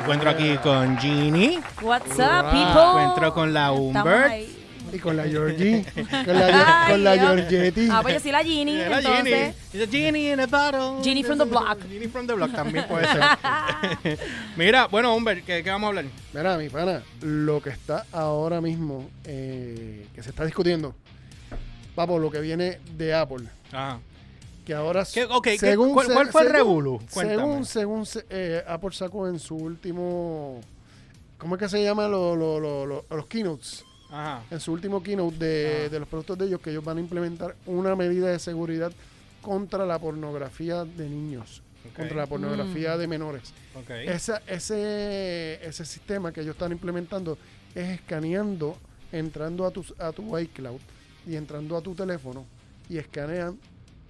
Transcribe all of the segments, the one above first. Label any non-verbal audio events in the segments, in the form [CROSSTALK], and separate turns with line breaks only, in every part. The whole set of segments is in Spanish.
encuentro aquí con Ginny.
What's up,
Me
people?
encuentro con la
Ah. Estamos
Humbert.
ahí.
Y con la
[LAUGHS]
Georgie. Con la,
Ay,
con la
Dios.
Georgetti.
Ah, pues yo soy la Ginny,
Era
entonces.
Ginny. Dice, Ginny in a bottle.
Ginny from the block.
Ginny from the block también puede
[LAUGHS]
ser. Mira, bueno, Humbert, ¿qué, qué vamos a hablar?
Mira, mi pana, lo que está ahora mismo, eh, que se está discutiendo, papo, lo que viene de Apple,
Ajá.
que ahora...
¿Qué- ok, qué-
según
cuál-
se-
cuál fue el
según-
revolú? Cuéntame.
Según, según se- eh, Apple sacó en su último... ¿Cómo es que se llama lo- lo- lo- lo- los keynotes?
Ajá.
en su último keynote de,
Ah.
de los productos de ellos que ellos van a implementar una medida de seguridad contra la pornografía de niños,
Ok.
contra la pornografía
Mm.
de menores.
Ok.
Esa- ese, ese sistema que ellos están implementando es escaneando, entrando a tu, a tu iCloud y entrando a tu teléfono y escanean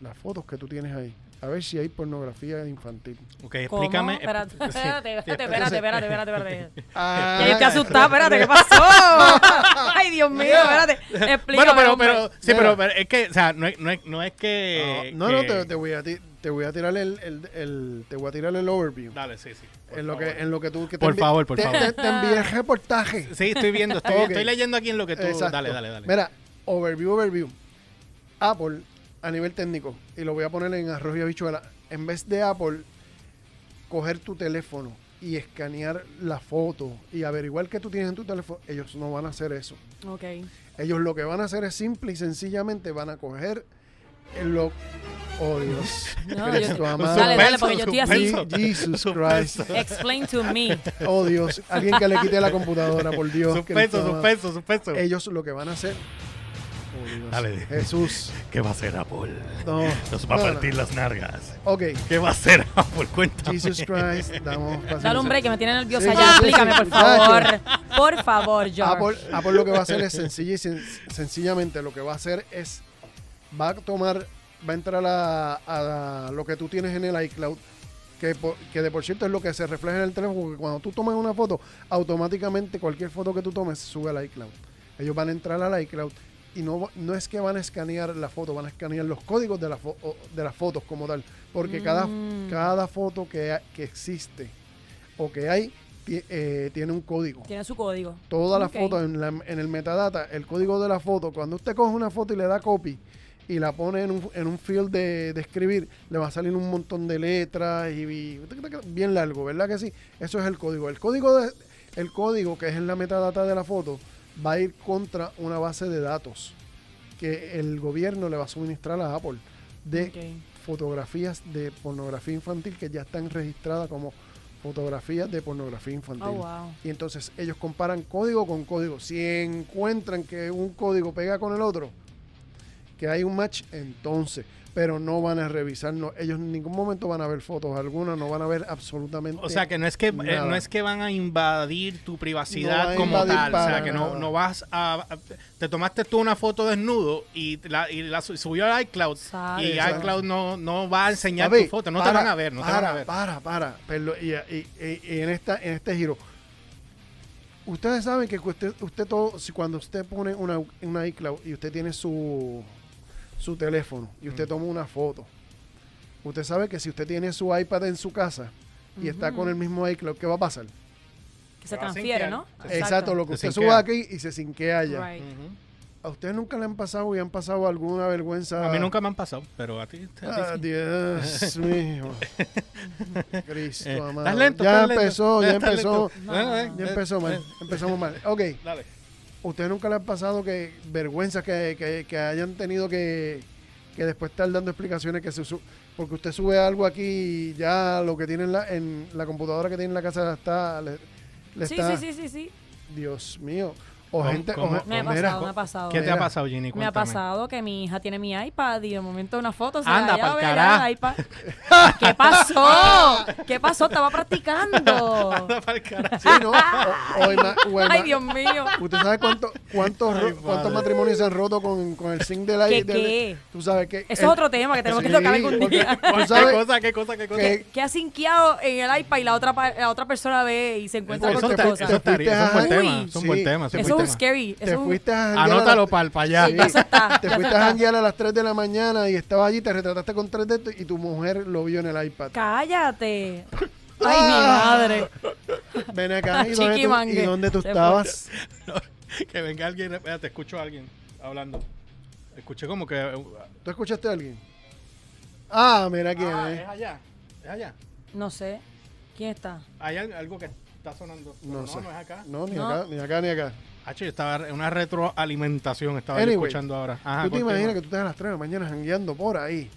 las fotos que tú tienes ahí. A ver si hay pornografía infantil.
Ok,
¿Cómo?
explícame.
Espérate,
Sí, sí,
espérate, espérate,
explícate.
espérate, espérate, espérate,
[LAUGHS]
espérate.
Ah,
Ya yo te asustada, espérate, ¿qué pasó?
[LAUGHS]
Ay, Dios mío, espérate. Explícame.
Bueno, pero,
hombre.
pero, sí,
Mira.
pero, pero es que, o sea, no es, no es, no es que.
no, no,
que-
te, te voy a ti- te voy a tirar el, el- el- te voy a tirar el overview.
Dale, sí, sí. por
en lo, que,
favor.
en lo que tú que
Por
envi-
favor, por
te,
favor.
Te, te envié el reportaje.
Sí, estoy viendo, estoy,
Ok.
estoy leyendo aquí en lo que tú.
Exacto.
Dale, dale, dale.
Mira, overview, overview. Apple, a nivel técnico, y lo voy a poner en arroz y habichuela, en vez de Apple coger tu teléfono y escanear la foto y averiguar qué tú tienes en tu teléfono, ellos no van a hacer eso.
Ok.
Ellos lo que van a hacer es simple y sencillamente van a coger lo... Oh, Dios.
[LAUGHS] No,
Cristo
yo-
amado.
Dale, dale, porque yo estoy así.
Suspenso.
Jesus Christ.
Explain to me.
Oh, Dios. Alguien que le quite la computadora, por Dios. Cristo
Suspenso,
amado.
suspenso, suspenso.
ellos lo que van a hacer. Oh, Dios.
Dale.
Jesús.
¿Qué va a hacer Apple?
No.
Nos va a
no, no.
partir las nargas.
Ok.
¿Qué va a
[LAUGHS]
hacer Apple? Cuéntame.
Jesus Christ. Damos paciencia.
Dale un break, que me tiene nerviosa
Sí,
ya.
sí,
Explícame,
sí,
por favor. Por favor, George.
Apple, Apple lo que va a hacer es sencilla y sen- sencillamente lo que va a hacer es va a tomar, va a entrar a, a lo que tú tienes en el iCloud, que, por- que de por cierto es lo que se refleja en el teléfono, porque cuando tú tomas una foto, automáticamente cualquier foto que tú tomes sube al iCloud. Ellos van a entrar al iCloud y no, va- no es que van a escanear la foto, van a escanear los códigos de, la fo- o- de las fotos como tal, porque cada,
Mm.
cada foto que, ha- que existe o que hay ti- eh, tiene un código.
Tiene su código.
Toda
Ok.
la foto en, la- en el metadata, el código de la foto, cuando usted coge una foto y le da copy y la pone en un, en un field de, de escribir, le va a salir un montón de letras y, y- bien largo, ¿verdad que sí? Eso es el código. El código, de- el código que es en la metadata de la foto va a ir contra una base de datos que el gobierno le va a suministrar a Apple de
Ok.
fotografías de pornografía infantil que ya están registradas como fotografías de pornografía infantil.
Oh, wow.
Y entonces ellos comparan código con código. Si encuentran que un código pega con el otro, que hay un match, entonces. Pero no van a revisar, no, ellos en ningún momento van a ver fotos alguna, no van a ver absolutamente.
O sea, que no es que eh,
Nada.
no es que van a invadir tu
No
privacidad
van a
como
invadir
tal, o sea,
para
que no,
nada.
no vas a, a- te tomaste tú una foto desnudo y la, y la su- subió a iCloud
Sabe.
y
Exacto.
iCloud no, no va a enseñar
Papi,
tu foto, no te
para,
van a ver, no
para,
te van a ver.
Para, para, Pero, y, y- y- y en, esta, en este giro. Ustedes saben que usted, usted todo, si cuando usted pone una, una iCloud y usted tiene su, su teléfono y usted
Mm.
toma una foto, usted sabe que si usted tiene su iPad en su casa y está con el mismo iCloud, ¿qué va a pasar?
Que se
Te va a
transfiere,
sinquear.
¿no?
Exacto, lo Mm. que
Se
usted
sinkea.
suba aquí y se sinquea allá.
Right.
Ujú.
¿A ustedes nunca le han pasado y han pasado alguna vergüenza?
A mí nunca me han pasado, pero a ti. a ti
Ah,
sí. [LAUGHS]
Dios mío.
Eh,
Cristo amado.
estás lento,
ya
estás lento,
empezó, ya
estás
empezó.
lento. Bueno, eh,
Ya empezó mal.
eh,
Empezamos mal. Ok.
Dale.
¿Ustedes nunca le han pasado que vergüenza que, que- que hayan tenido que, que después estar dando explicaciones que se su- porque usted sube algo aquí y ya lo que tiene en la, en la computadora que tiene en la casa está le, le
Sí,
está
sí, sí, sí, sí.
Dios mío. O
¿Cómo-
gente o-
cómo-
o
Me ha
mira,
pasado, me ha pasado.
¿Qué te
Mira,
ha pasado, Ginny?
Ah, Me
Cuéntame.
ha
[LAUGHS]
pasado que mi hija tiene mi iPad y de momento una foto se
Anda,
la lleva
pa'l
a ver
carajo.
al
[LAUGHS]
iPad. ¿Qué pasó? ¿Qué pasó? Estaba
[LAUGHS]
practicando.
Anda pa'l carajo.
Sí, no. O- o ima- o ima-
[LAUGHS] Ay, Dios
[LAUGHS]
mío.
¿Usted sabe cuánto, cuántos ro-
Ay, padre.
cuántos matrimonios se han roto con, con el zinc de la...
¿Qué,
de-
qué?
Tú sabes que...
Eso es otro tema que tenemos que
Sí,
tocar algún día.
porque-
¿Qué
tú sabes
cosa, qué cosa, qué cosa?
que...
Que ha sinqueado en el iPad y la otra, pa- la otra persona ve y se encuentra
Eso
con
está-
otra
te-
eso
cosa. Eso
te-
está- eso es un
Uy.
buen tema. Es un buen
Sí,
tema.
te
un
es
buen
un
tema.
scary.
Te
Eso es un...
fuiste a janguear a la-
Anótalo para allá.
Sí, ya se está.
Te
ya se
fuiste a
está.
janguear a las 3 de la mañana y estabas allí, te retrataste con tres de estos y tu mujer lo vio en el iPad. [LAUGHS]
Cállate. Ay, mi
Ah.
madre.
Ven acá, ¿y dónde tú,
Chiquimangue.
y dónde tú
Se fue.
estabas?
[LAUGHS]
[LAUGHS]
que venga alguien, espérate, escucho a alguien hablando. Escuché como que... eh,
¿Tú escuchaste a alguien? Ah, mira quién
ah,
es.
es allá, es allá.
No sé. ¿Quién está? Ah,
Hay al- algo que está sonando. pero
No
no,
sé.
no es acá.
No, ni
No.
acá, ni acá, ni acá.
Hacho, yo estaba en una retroalimentación, estaba yo
Anyway,
escuchando ahora. Ajá,
¿Tú te
continúa.
imaginas que tú estás a las 3 de la mañana jangueando por ahí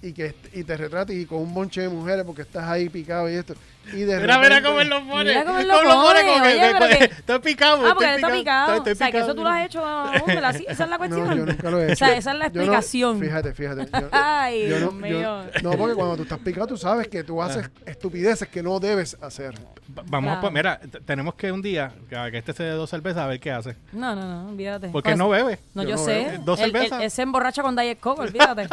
y que est- y te retrates y con un bonche de mujeres porque estás ahí picado y esto? Y de
Mira, mira cómo él
[LAUGHS]
repente-
lo pone.
Mira cómo él lo pone,
como que-
oye,
que-
pero
que-
que-
[LAUGHS] Estoy picado.
Ah,
estoy
porque él está
picado,
picado.
estoy- estoy
o sea, que eso
picado.
tú lo has hecho. aún, ¿verdad? Sí, Esa es la cuestión.
[LAUGHS] No, yo nunca lo he hecho.
Pues O sea, esa es la
Yo no-
explicación.
fíjate, fíjate.
[LAUGHS]
yo-
Ay,
yo
Dios
no, yo-
mío.
no, porque cuando tú estás picado, tú sabes que tú haces
Ah.
estupideces que no debes hacer.
Va- Vamos a
Claro.
po- mira, t- tenemos que un día que que este se dé dos cervezas a ver qué hace.
No, no, no, olvídate. Pues,
Porque no bebe.
No,
Yo
yo,
no
sé.
bebo. Dos
Él- él-
cervezas.
él se emborracha con Diet Coke, olvídate.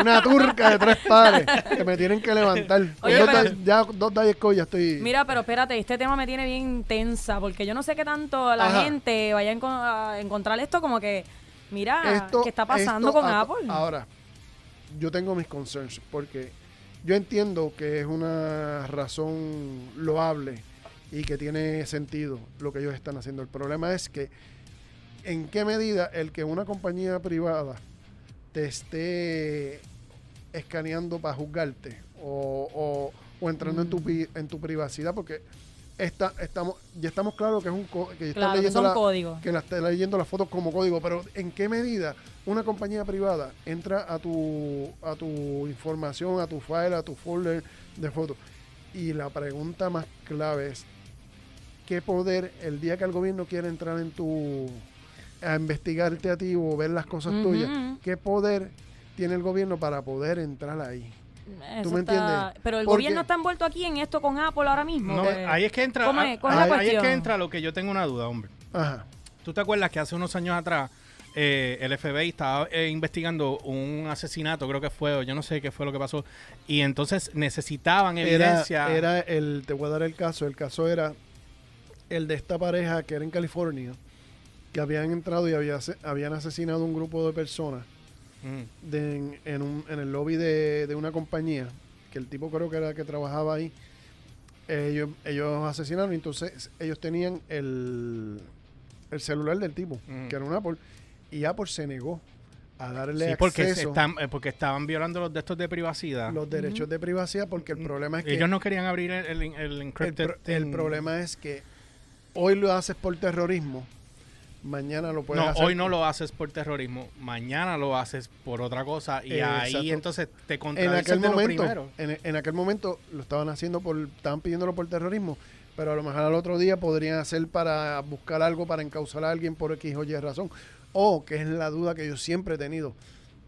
Una turca de tres pares que me tienen que levantar. Con
Oye,
dos
pero-
da- ya dos Diet Coke ya estoy.
Mira, pero espérate, este tema me tiene bien tensa, porque yo no sé qué tanto la
Ajá.
gente vaya a, enco- a encontrar esto como que, mira,
esto,
¿qué está pasando
esto
con
a-
Apple?
Ahora, yo tengo mis concerns porque yo entiendo que es una razón loable y que tiene sentido lo que ellos están haciendo. El problema es que en qué medida el que una compañía privada te esté escaneando para juzgarte o, o- o entrando en, tu,
Mm.
pi- en tu privacidad porque esta, estamos, ya estamos claros que es un co- que están
claro, que
leyendo
son
la-
códigos.
que la está leyendo las fotos como código, pero ¿en qué medida una compañía privada entra a tu, a tu información, a tu file, a tu folder de fotos? Y la pregunta más clave es, ¿qué poder el día que el gobierno quiere entrar en tu, a investigarte a ti o ver las cosas
Ujú.
tuyas, qué poder tiene el gobierno para poder entrar ahí?
Eso
me
está-
entiendes?
Pero el
Porque-
gobierno está envuelto aquí en esto con Apple ahora mismo. Eh,
No,
que-
ahí es que entra.
¿Cómo
ah,
es- cuál
es la
ahí- ahí es que
cuestión?
entra lo que yo tengo una duda, hombre.
Ajá.
¿Tú te acuerdas que hace unos años atrás eh, el FBI estaba eh, investigando un asesinato, creo que fue, o yo no sé qué fue lo que pasó, y entonces necesitaban
Era,
evidencia.
era el, te voy a dar el caso, el caso era el de esta pareja que era en California, que habían entrado y había, ase- habían asesinado un grupo de personas
Mm.
de- en, en un- en el lobby de, de una compañía, que el tipo creo que era el que trabajaba ahí. Ellos, ellos asesinaron, entonces ellos tenían el, el celular del tipo,
Mm.
que era un Apple, y Apple se negó a darle
Sí, porque, se
acceso
están, eh, porque estaban violando los de estos de privacidad.
los derechos de privacidad, porque el problema es que
Ellos Mm. no querían abrir el, el, el
El,
encrypted.
pro- el
thing.
problema es que hoy lo haces por terrorismo, mañana lo puedes
No,
hacer.
hoy no lo haces por terrorismo, mañana lo haces por otra cosa y
Eh,
ahí
exacto.
entonces te
en
contradices
aquel
de lo
momento,
primero.
en, en aquel momento lo estaban haciendo por, estaban pidiéndolo por terrorismo, pero a lo mejor al otro día podrían hacer para buscar algo para encauzar a alguien por X o Y razón. O que es la duda que yo siempre he tenido.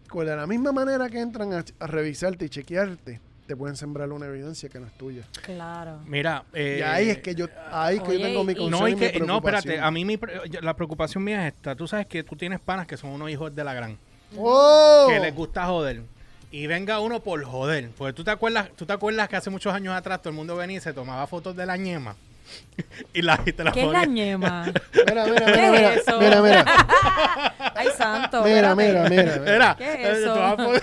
Con la misma manera que entran a, a revisarte y chequearte, te pueden sembrar una evidencia que no es tuya.
Claro.
[LAUGHS] Mira, eh,
y ahí es que yo, ahí es que yo
Oye,
tengo mi
y-
concern
No, y
y mi
que- no, espérate,
preocupación.
a mí mi pre- yo- la preocupación mía es esta. Tú sabes que tú tienes panas que son unos hijos de la gran,
¡Oh!
que les gusta joder. Y venga uno por joder. Porque tú te acuerdas, tú te acuerdas que hace muchos años atrás todo el mundo venía y se tomaba fotos de la ñema. [LAUGHS] y la y te la
¿Qué es la
ponía. [LAUGHS]
ñema?
Mira, mira, mira,
¿Qué es
mira,
eso?
mira, mira.
Ay, santo.
Mira,
espérate.
mira, mira, mira.
Era,
¿Qué es
eh,
eso? [LAUGHS]
tomaban fo-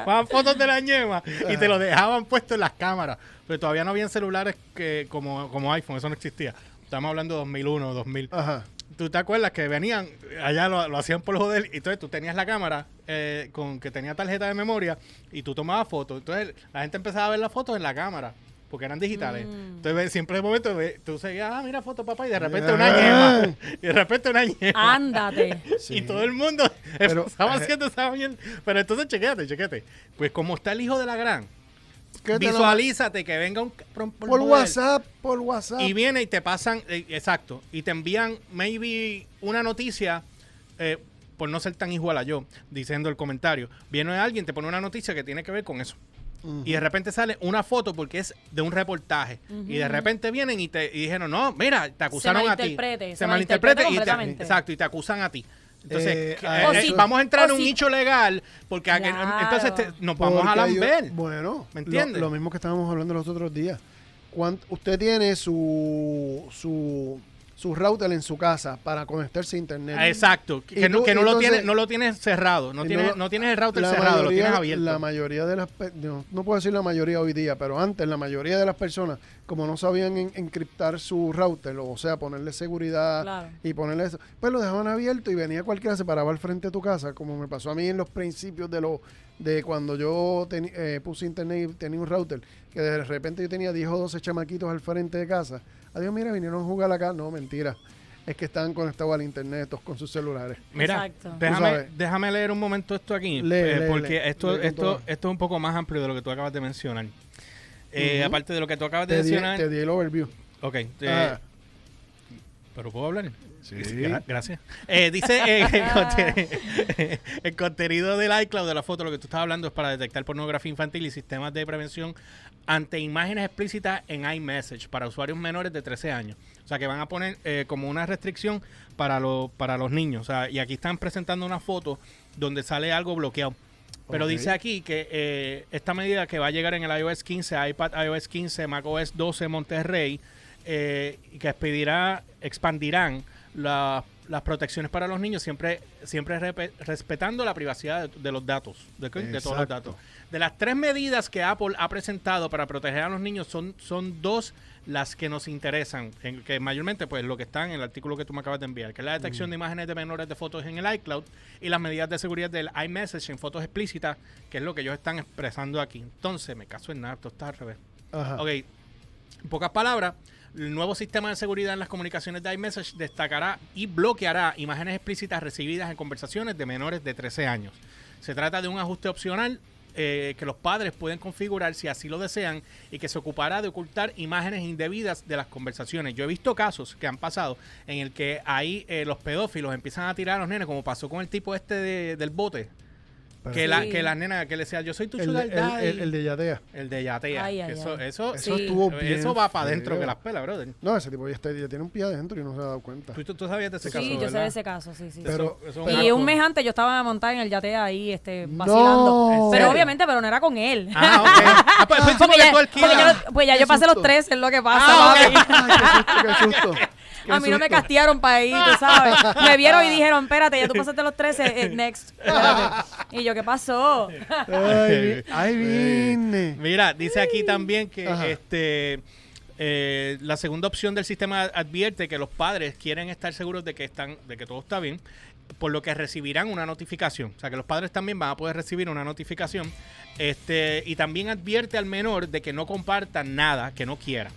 tomaban fotos de la ñema y te lo dejaban puesto en las cámaras. Pero todavía no habían celulares que como, como iPhone, eso no existía. Estamos hablando de 2001, 2000.
Ajá.
¿Tú te acuerdas que venían, allá lo, lo hacían por joder, y entonces tú tenías la cámara eh, con que tenía tarjeta de memoria y tú tomabas fotos? Entonces la gente empezaba a ver las fotos en la cámara, porque eran digitales.
Mm.
Entonces ve- siempre de momento ve- tú seguías, ah, mira foto, papá, y de repente
Ah.
una ñema. Y de repente una ñema.
Ándate.
Sí.
Y todo el mundo [LAUGHS]
Pero,
estaba
eh,
haciendo esa mierda. Pero entonces, chequéate, chequéate. Pues como está el hijo de la gran,
¿Qué te lo-
visualízate que venga un cabrón
Por,
joder.
WhatsApp, por WhatsApp.
Y viene y te pasan, eh, exacto, y te envían maybe una noticia, eh, por no ser tan igual a yo, diciendo el comentario. Viene alguien, te pone una noticia que tiene que ver con eso.
Ujú.
Y de repente sale una foto porque es de un reportaje. Y de
Ujú.
repente vienen y te y dijeron, no, mira, te acusaron a ti.
malinterprete, se malinterpreta
y te,
completamente.
exacto, y te acusan a ti. Entonces,
Eh,
que-
a
eh,
eso-
vamos a entrar
o
en un
si-
nicho legal porque aquel-
Claro.
entonces te- nos
Porque
vamos a
hay un-
lamber. Ah,
Bueno,
¿Me
¿me
entiendes?
entiendes? Lo, mismo que estábamos hablando los otros días. Cuán- usted tiene su, su, su router en su casa para conectarse a internet.
Exacto. Que,
Y
no,
tú-
que no, lo
entonces-
tienes, no lo tienes cerrado. No
Y
tienes,
lo-
no tienes el router
la
cerrado, lo
mayoría-
tienes abierto.
La mayoría de las pe- no, no puedo decir la mayoría hoy día, pero antes la mayoría de las personas, como no sabían en- encriptar su router, o sea, ponerle seguridad
Claro.
y ponerle eso, pues lo dejaban abierto y venía cualquiera, se paraba al frente de tu casa, como me pasó a mí en los principios de lo de cuando yo teni- eh, puse internet y tenía un router, que de repente yo tenía 10 o 12 chamaquitos al frente de casa. Adiós, mira, vinieron a jugar acá. No, mentira. Es que estaban conectados al internet, todos con sus celulares.
Mira,
Exacto.
Tú
déjame,
sabes.
déjame leer un momento esto aquí,
Lee,
eh,
lee,
porque
lee.
esto,
Lee con
esto,
todo.
esto es un poco más amplio de lo que tú acabas de mencionar. Eh,
Ujú.
Aparte de lo que tú acabas de
Te di,
mencionar,
te di el overview.
ok, eh,
Ah.
pero puedo hablar.
Sí.
Gra- Gracias. Eh, dice eh, [LAUGHS] el, conte- [LAUGHS] el contenido del iCloud de la foto, lo que tú estabas hablando es para detectar pornografía infantil y sistemas de prevención ante imágenes explícitas en iMessage para usuarios menores de 13 años. O sea, que van a poner eh, como una restricción para, los para los niños. O sea, y aquí están presentando una foto donde sale algo bloqueado. Pero
Ok.
dice aquí que eh, esta medida que va a llegar en el iOS 15, iPad iOS 15, macOS 12, Monterrey, eh, y que expedirá, expandirán la- las protecciones para los niños, siempre, siempre repe- respetando la privacidad de, de los datos, de, que- de todos los
Exacto.
datos. De las tres medidas que Apple ha presentado para proteger a los niños, son, son dos las que nos interesan, en- que mayormente pues lo que está en el artículo que tú me acabas de enviar, que es la detección de imágenes de menores de fotos en el iCloud y las medidas de seguridad del iMessage en fotos explícitas, que es lo que ellos están expresando aquí. Entonces, me caso en nada, esto está al revés.
Ajá.
Ok, en pocas palabras, el nuevo sistema de seguridad en las comunicaciones de iMessage destacará y bloqueará imágenes explícitas recibidas en conversaciones de menores de 13 años. Se trata de un ajuste opcional eh, que los padres pueden configurar si así lo desean y que se ocupará de ocultar imágenes indebidas de las conversaciones. Yo he visto casos que han pasado en el que ahí eh, los pedófilos empiezan a tirar a los nenes, como pasó con el tipo este de- del bote,
Pero-
que, la,
Sí.
que la nena que le decía, yo soy tu
el,
sugar
el-
daddy".
el- el de Yadea.
El de Yatea.
Ay,
que
ay,
eso,
ay.
eso,
Eso
Oh, Sí.
estuvo bien.
eso va para adentro
feo.
que las pelas, brother.
No, ese tipo ya, está- ya tiene un pie adentro y no se ha dado cuenta.
Tú, tú- tú sabías de ese
Sí,
caso,
yo sé
¿verdad?
de ese caso, sí, sí.
Pero-
Eso- eso es
y un
asco.
mes antes yo estaba montada en el yate ahí, este,
No.
vacilando.
¿En
Pero
serio?
obviamente, pero no era con él.
Ah,
[LAUGHS]
ok. Ah, pues, pues,
porque
sí,
ya,
tú
porque
alquilas.
ya lo- pues ya
Qué
yo pasé los
susto.
tres, es lo que pasa.
Ah,
papi.
Ay, qué
[LAUGHS]
susto, qué susto. Qué
A mí no me
susto.
castearon para ir, tú sabes. Me vieron y dijeron, espérate, ya tú pasaste los 13, eh, next. Espérate. Y yo, ¿qué pasó?
Ay, vi- Ay, vine.
Mira, dice aquí también que
Ajá.
este eh, la segunda opción del sistema advierte que los padres quieren estar seguros de que están, de que todo está bien, por lo que recibirán una notificación. O sea que los padres también van a poder recibir una notificación. Este, y también advierte al menor de que no comparta nada que no quiera.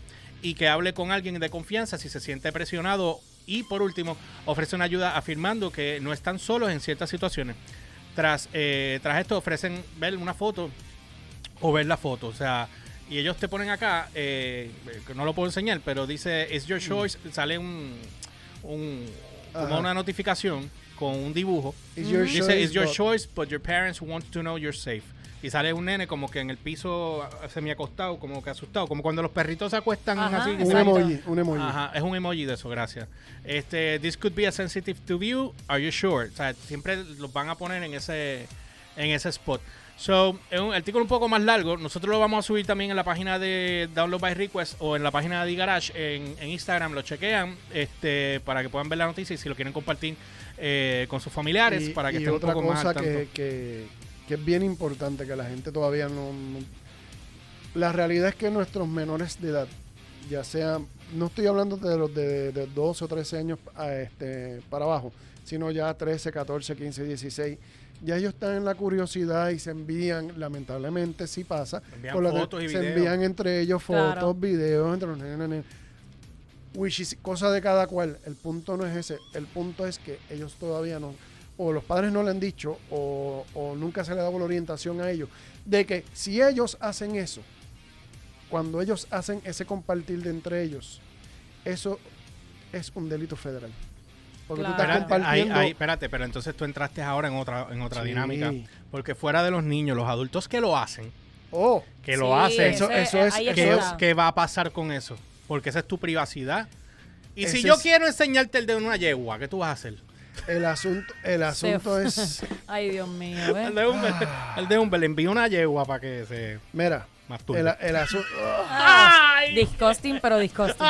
y que hable con alguien de confianza si se siente presionado. Y por último, ofrece una ayuda afirmando que no están solos en ciertas situaciones. Tras, eh, tras esto ofrecen ver una foto o ver la foto. O sea, y ellos te ponen acá, eh, que no lo puedo enseñar, pero dice, it's your choice, sale un, un- como
Ajá.
una notificación con un dibujo.
It's your
Dice, it's your
but-
choice, but your parents want to know you're safe. Y sale un nene como que en el piso ah, semiacostado, como que asustado, como cuando los perritos se acuestan
Ajá,
así.
Un
Exacto.
emoji, un emoji.
Ajá, es un emoji de eso, gracias. Este, this could be a sensitive to view, are you sure? O sea, siempre los van a poner en ese, en ese spot. So, es un artículo un poco más largo. Nosotros lo vamos a subir también en la página de Download by Request o en la página de Garage en, en Instagram. Lo chequean este, para que puedan ver la noticia y si lo quieren compartir eh, con sus familiares
Y-
para que
y
estén un
otra
poco más
cosa
al tanto.
que, que, que es bien importante, que la gente todavía no, no- La realidad es que nuestros menores de edad, ya sean... No estoy hablando de los de, de 12 o 13 años a este, para abajo, sino ya 13, 14, 15, 16. Ya ellos están en la curiosidad y se envían, lamentablemente si pasa,
Envían
por la-
fotos y
se
videos.
envían entre ellos fotos,
Claro.
videos, entre los nenes, which is cosa de cada cual. El punto no es ese. El punto es que ellos todavía no, o los padres no le han dicho, o, o nunca se le ha dado la orientación a ellos, de que si ellos hacen eso, cuando ellos hacen ese compartir de entre ellos, eso es un delito federal. Porque tú estás
Claro.
Espérate, ahí-
compartiendo.
ahí- espérate, pero entonces tú entraste ahora en otra, en otra
Sí.
dinámica. Porque fuera de los niños, los adultos que lo hacen,
Oh,
que
Sí,
lo hacen,
Eso-
ese- eh,
eso es-
ahí
¿qué,
está.
qué va a pasar con eso? Porque esa es tu privacidad. Y si
Ese
yo
es-
quiero enseñarte el de una yegua, ¿qué tú vas a hacer?
el asunto, el asunto es.
Ay, Dios mío, ¿eh?
El de Humber, el de Humber le envía una yegua para que se
Mira,
masturbe.
el, el asunto.
Ah. Disgusting, pero disgusting.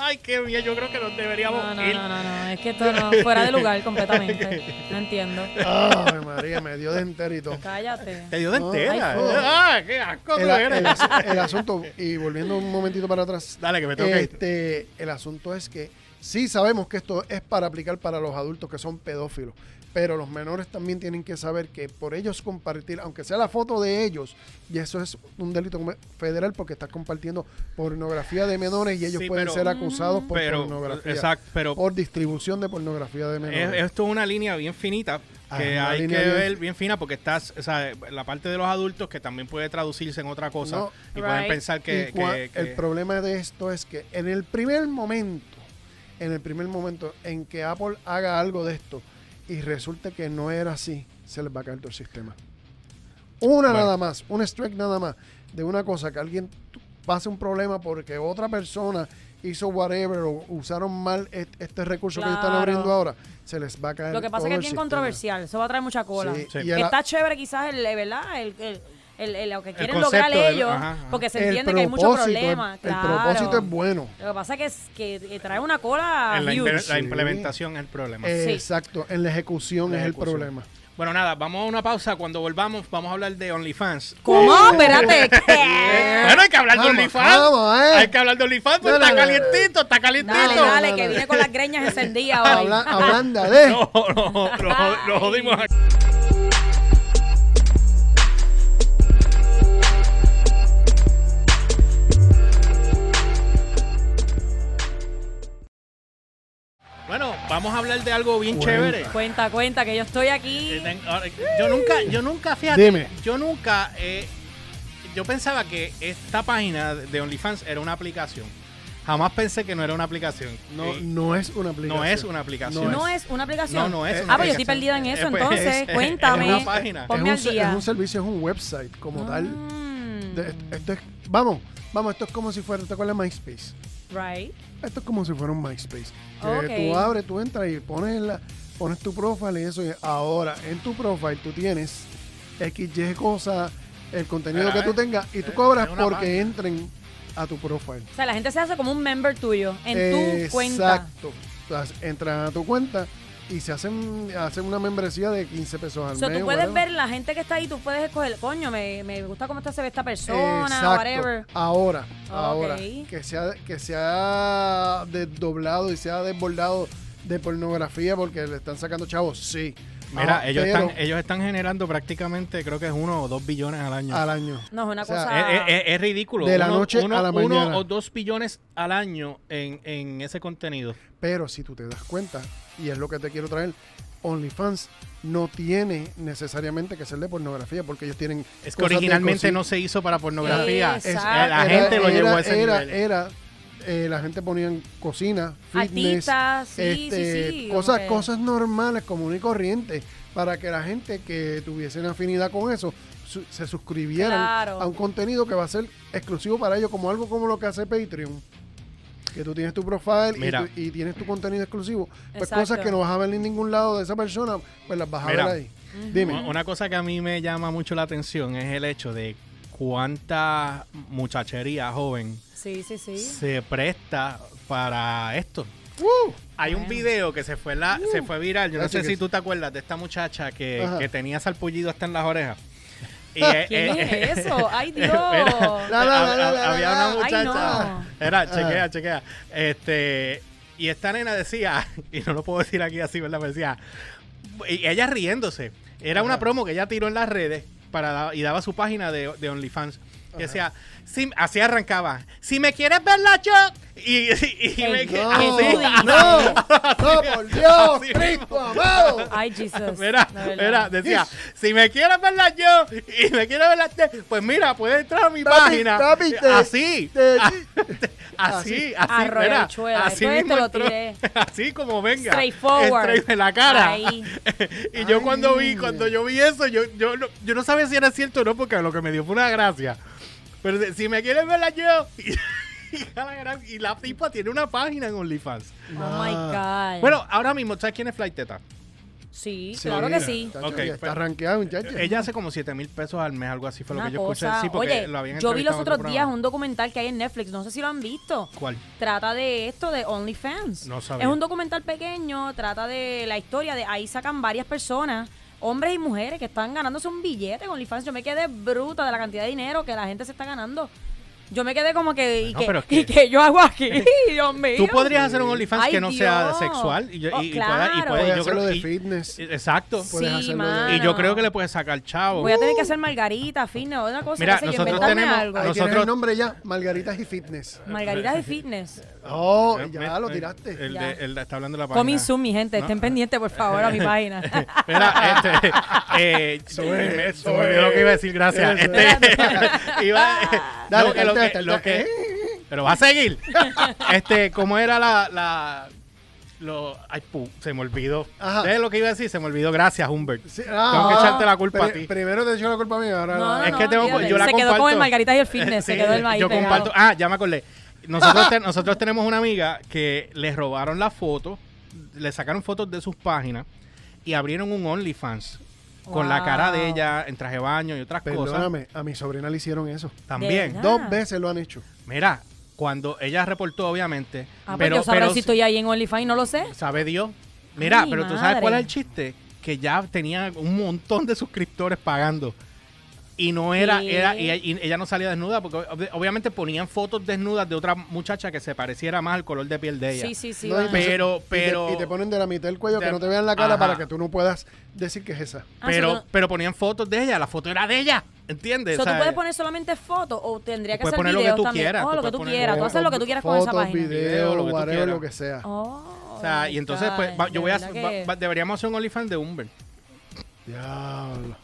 Ay, qué bien, yo creo que nos deberíamos
No, no,
ir.
no, no, no, es que esto no, fuera de lugar completamente. No entiendo.
Ay, María, me dio de enterito.
Cállate.
Te dio de
No,
entera.
ay, joder.
ah, qué asco tú
El,
eres.
el as- el asunto, y volviendo un momentito para atrás,
¿eh? Dale, que me tengo que ir.
este, el asunto es que sí sabemos que esto es para aplicar para los adultos que son pedófilos, pero los menores también tienen que saber que por ellos compartir, aunque sea la foto de ellos, y eso es un delito come- federal porque estás compartiendo pornografía de menores y ellos
Sí,
pueden
pero-
ser acusados por
pero,
pornografía.
exacto, pero
Por distribución de pornografía de
es,
menores.
esto es una línea bien finita
Ah,
que
una
hay que
línea bien-
ver bien fina porque estás, o sea, la parte de los adultos que también puede traducirse en otra cosa
No.
y pueden
Right.
pensar que,
Y cua-
que- que-
el problema de esto es que en el primer momento, en el primer momento en que Apple haga algo de esto y resulte que no era así, se les va a caer todo el sistema. Una
Bueno.
nada más, un strike nada más de una cosa que alguien tu- pase un problema porque otra persona hizo whatever o usaron mal et- este recurso que ellos están
Claro.
abriendo ahora, se les va a caer.
Lo que pasa es que es
todo el
bien
sistema.
controversial, eso va a traer mucha cola.
Sí,
Sí.
y el-
Está chévere quizás el, eh, ¿verdad? El, el- el- el- lo que quieren
concepto
lograr
del-
ellos,
ajá, ajá.
porque se
el
entiende que hay mucho
propósito, el-
problema.
el
claro.
propósito es bueno.
Lo que pasa que es que, que trae una cola
en la,
huge.
imple- la
Sí.
implementación es el problema.
Ah, Eh,
Sí.
Exacto, en la ejecución
La
es
ejecución.
el problema.
Bueno, nada, vamos a una pausa. Cuando volvamos, vamos a hablar de OnlyFans. Eh,
¿Cómo? Espérate. ¿qué?
[LAUGHS]
Bueno, hay que hablar de
eh, Vamos,
OnlyFans.
vamos, eh.
Hay que hablar de OnlyFans. pues,
No, no,
está
no, no.
calientito, está calientito.
Dale,
No,
dale,
no,
que
no.
viene con las greñas encendidas hoy. [LAUGHS]
Habla- hablando de...
No, no, lo jod- lo jodimos aquí. Bueno, vamos a hablar de algo bien
Cuenta.
chévere.
Cuenta, cuenta, que yo estoy aquí.
Eh, ten- ahora, Yo nunca, yo nunca, fíjate,
Dime.
yo nunca, eh, yo pensaba que esta página de OnlyFans era una aplicación. Jamás pensé que no era una aplicación.
No,
Eh,
no es una aplicación.
no es una aplicación.
No es una aplicación.
No, no es
Ah,
una
pues yo
aplicación.
estoy perdida en eso,
Eh, pues,
entonces.
es- es
cuéntame.
una página.
Es
Ponme
un,
al
se-
día. Ah.
es un servicio, es un website como tal.
Mm,
De- esto es, vamos, vamos, esto es como si fuera, ¿te acuerdas de MySpace?
Right.
Esto es como si fuera un MySpace. Que
Ok.
tú abres, tú entras y pones, la, pones tu profile y eso. y ahora, en tu profile tú tienes XY cosas, el contenido
Era,
que
eh.
tú tengas y tú
Eh,
cobras
es una
porque
página.
entren a tu profile.
O sea, la gente se hace como un member tuyo en tu cuenta.
Exacto. Las- Entran a tu cuenta y se hacen, hacen una membresía de 15 pesos al
O sea,
mes.
tú puedes
whatever.
ver la gente que está ahí, tú puedes escoger, coño, me, me gusta cómo está, se ve esta persona,
Exacto.
whatever.
Ahora,
Ok.
ahora. Que se, ha, que se ha desdoblado y se ha desbordado de pornografía porque le están sacando chavos, sí.
Mira,
Ah,
ellos,
pero
están, ellos están generando prácticamente, creo que es uno o dos billones al año.
al año.
No, es una
O sea,
Es,
cosa.
es- es- es ridículo.
De la
Uno-
noche
uno-
a la
Uno
mañana.
o dos billones al año en, en ese contenido.
Pero si tú te das cuenta, y es lo que te quiero traer, OnlyFans no tiene necesariamente que ser de pornografía porque ellos tienen.
Es que
cosas de
originalmente
cocina.
no se hizo para pornografía.
Es-
Eh,
Exacto.
la gente lo
era-
llevó a ese
era,
nivel.
Era, eh, la gente ponía cocina, fitness,
Artistas, sí, sí,
este,
sí.
cosas,
como que-
cosas normales, común y corriente, para que la gente que tuviese una afinidad con eso su- se suscribieran
Claro.
a un contenido que va a ser exclusivo para ellos, como algo como lo que hace Patreon. Que tú tienes tu profile y,
Mira.
tu- y tienes tu contenido exclusivo. Pues
Exacto.
cosas que no vas a ver en ningún lado de esa persona, pues las vas a
Mira.
ver ahí. Dime.
Una- Una cosa que a mí me llama mucho la atención es el hecho de cuánta muchachería joven
Sí, sí, sí.
se presta para esto.
¡Uh!
Hay un video que se fue la, se fue viral. Yo no
Así
sé
que
si
sí.
tú te acuerdas de esta muchacha que,
Uh. Ajá.
que tenía salpullido hasta en las
[LAUGHS]
orejas. Y, eh,
¿Quién
eh,
es eso?
[LAUGHS]
¡Ay, Dios!
Era-
La,
Eh, hab- hab-
la, la, la, la,
había
la.
una
Ay,
muchacha.
no.
Ah.
Era, chequea, chequea. Este, y esta nena decía, [LAUGHS] y no lo puedo decir aquí así, ¿verdad? Me decía, y ella riéndose. Era una
Ajá.
promo que ella tiró en las redes para y daba su página de, de OnlyFans. Y decía, si- así arrancaba. Si me quieres ver la yo. Y, y- y
Ey,
me
¿Qué
No,
así,
tú dices?
[LAUGHS]
no, no, ¡Oh! por Dios,
Así mismo.
Cristo amado.
[LAUGHS] ¡Ay, Jesus!
Mira,
de verdad.
mira, decía, si me quieres verla yo y me quieres verla usted, pues mira, puedes entrar a mi página.
papi, te-
así,
te-
a- así, así,
Arroyo
mira,
habichuela,
así
esto es,
mismo
te lo
entró, [LAUGHS]
tiré.
así como venga.
Straightforward.
straight en la cara.
Ahí.
[LAUGHS] y yo
Ay.
cuando vi, cuando yo vi eso, yo, yo, no- yo no sabía si era cierto o no, porque lo que me dio fue una gracia. Pero de- si me quieres verla yo... [LAUGHS] Y, la gra- y la [LAUGHS] tipa tiene una página en OnlyFans.
¡Oh, my God!
Ah,
Ah. Bueno, ahora mismo, ¿sabes quién es Flight Teta?
Sí, claro que sí.
Chacho,
Ok,
ya está
pues-
rankeado, muchacho.
Ella hace como 7 mil pesos al mes, algo así fue lo
Una
que yo escuché.
cosa.
Sí, porque
Oye,
lo habían
yo vi los
entrevistado en
otros
otro
días
programa.
un documental que hay en Netflix, no sé si lo han visto.
¿Cuál?
Trata de esto, de OnlyFans.
No sabía.
es un documental pequeño, trata de la historia de ahí sacan varias personas, hombres y mujeres, que están ganándose un billete con OnlyFans. Yo me quedé bruta de la cantidad de dinero que la gente se está ganando. Yo me quedé como que, ¿y,
Bueno,
qué-
pero es
y
que-
qué yo hago
[LAUGHS]
aquí? Dios mío.
Tú podrías hacer un OnlyFans
Ay,
que no sea
Dios.
sexual. Y, yo-
Oh,
y- y
claro.
pueda- y puede-
Puedes
yo
hacerlo
creo-
de
y-
fitness.
y- Exacto.
puedes hacerlo de-
Y yo creo que le puedes sacar chavo.
Ah, Voy a tener que hacer margarita, fino, una cosa. qué
Mira,
sé yo,
nosotros
inventarme
tenemos-
algo.
Ahí tienes
nosotros-
el nombre ya, Margaritas y Fitness.
Margaritas de fitness.
Oh,
Eh,
ya lo
eh,
tiraste.
El,
Ya.
de- el de- está hablando de la página.
Coming soon, mi gente.
No.
Estén pendientes, por favor,
[LAUGHS]
a mi página. [LAUGHS]
Mira, este. eh, me- se me olvidó lo que iba a decir, gracias.
Eso
Este, [LAUGHS] iba,
[LAUGHS] Dale,
no, que lo
tanta,
que-
tanta,
lo que-
eh.
Pero va a seguir. Este, ¿cómo era la. la lo, ay, pu, se me olvidó.
Ajá.
¿Sabes lo que iba a decir? Se me olvidó. Gracias, Humbert.
Sí,
Tengo que echarte la culpa
pri-
a ti.
Primero te echo la culpa a mí, ahora
No, no,
Es
no,
que tengo-
olvídate.
yo la
se quedó con
comparto.
el margarita y el fitness, se
Sí,
quedó el maíz.
Yo
pegado.
comparto. Ah, ya me acordé. Nosotros, te- nosotros tenemos una amiga que les robaron la foto, le sacaron fotos de sus páginas y abrieron un OnlyFans con la
Wow.
cara de ella en traje de baño y otras cosas.
Perdóname, a mi sobrina le hicieron eso.
También.
¿De Ah.
Dos veces lo han hecho.
Mira, cuando ella reportó, obviamente.
Ah, pero,
pero,
yo sabré
pero
si estoy ahí en OnlyFans, no lo sé.
sabe Dios. Mira,
Ay,
pero tú sabes cuál
madre.
es el chiste, que ya tenía un montón de suscriptores pagando. Y no era,
Sí.
era y, y ella no salía desnuda, porque ob- obviamente ponían fotos desnudas de otra muchacha que se pareciera más al color de piel de ella.
Sí, sí, sí.
No,
va.
y te-
Pero,
y te-
pero,
Y te, ponen de la mitad del cuello
Te-
que no te vean la cara
Ajá.
para que tú no puedas decir que es esa.
Ah,
pero,
so tú-
pero ponían fotos de ella, la foto era de ella, ¿entiendes?
so
O
tú
sea,
puedes poner solamente fotos o tendría que
puedes
hacer
poner lo que
videos
tú
también.
quieras,
Oh, lo
tú
que
puedes
tú
poner
quieras. Tú
lo-
haces lo que tú quieras con
Fotos,
esa página.
Video,
Video,
lo que tú
whatever,
quieras.
lo que sea.
Oh,
o sea, y
my
entonces
God,
pues, va- yo
de
voy a,
verdad
va-
que-
va- deberíamos hacer un OnlyFans de Humber.
Diablo.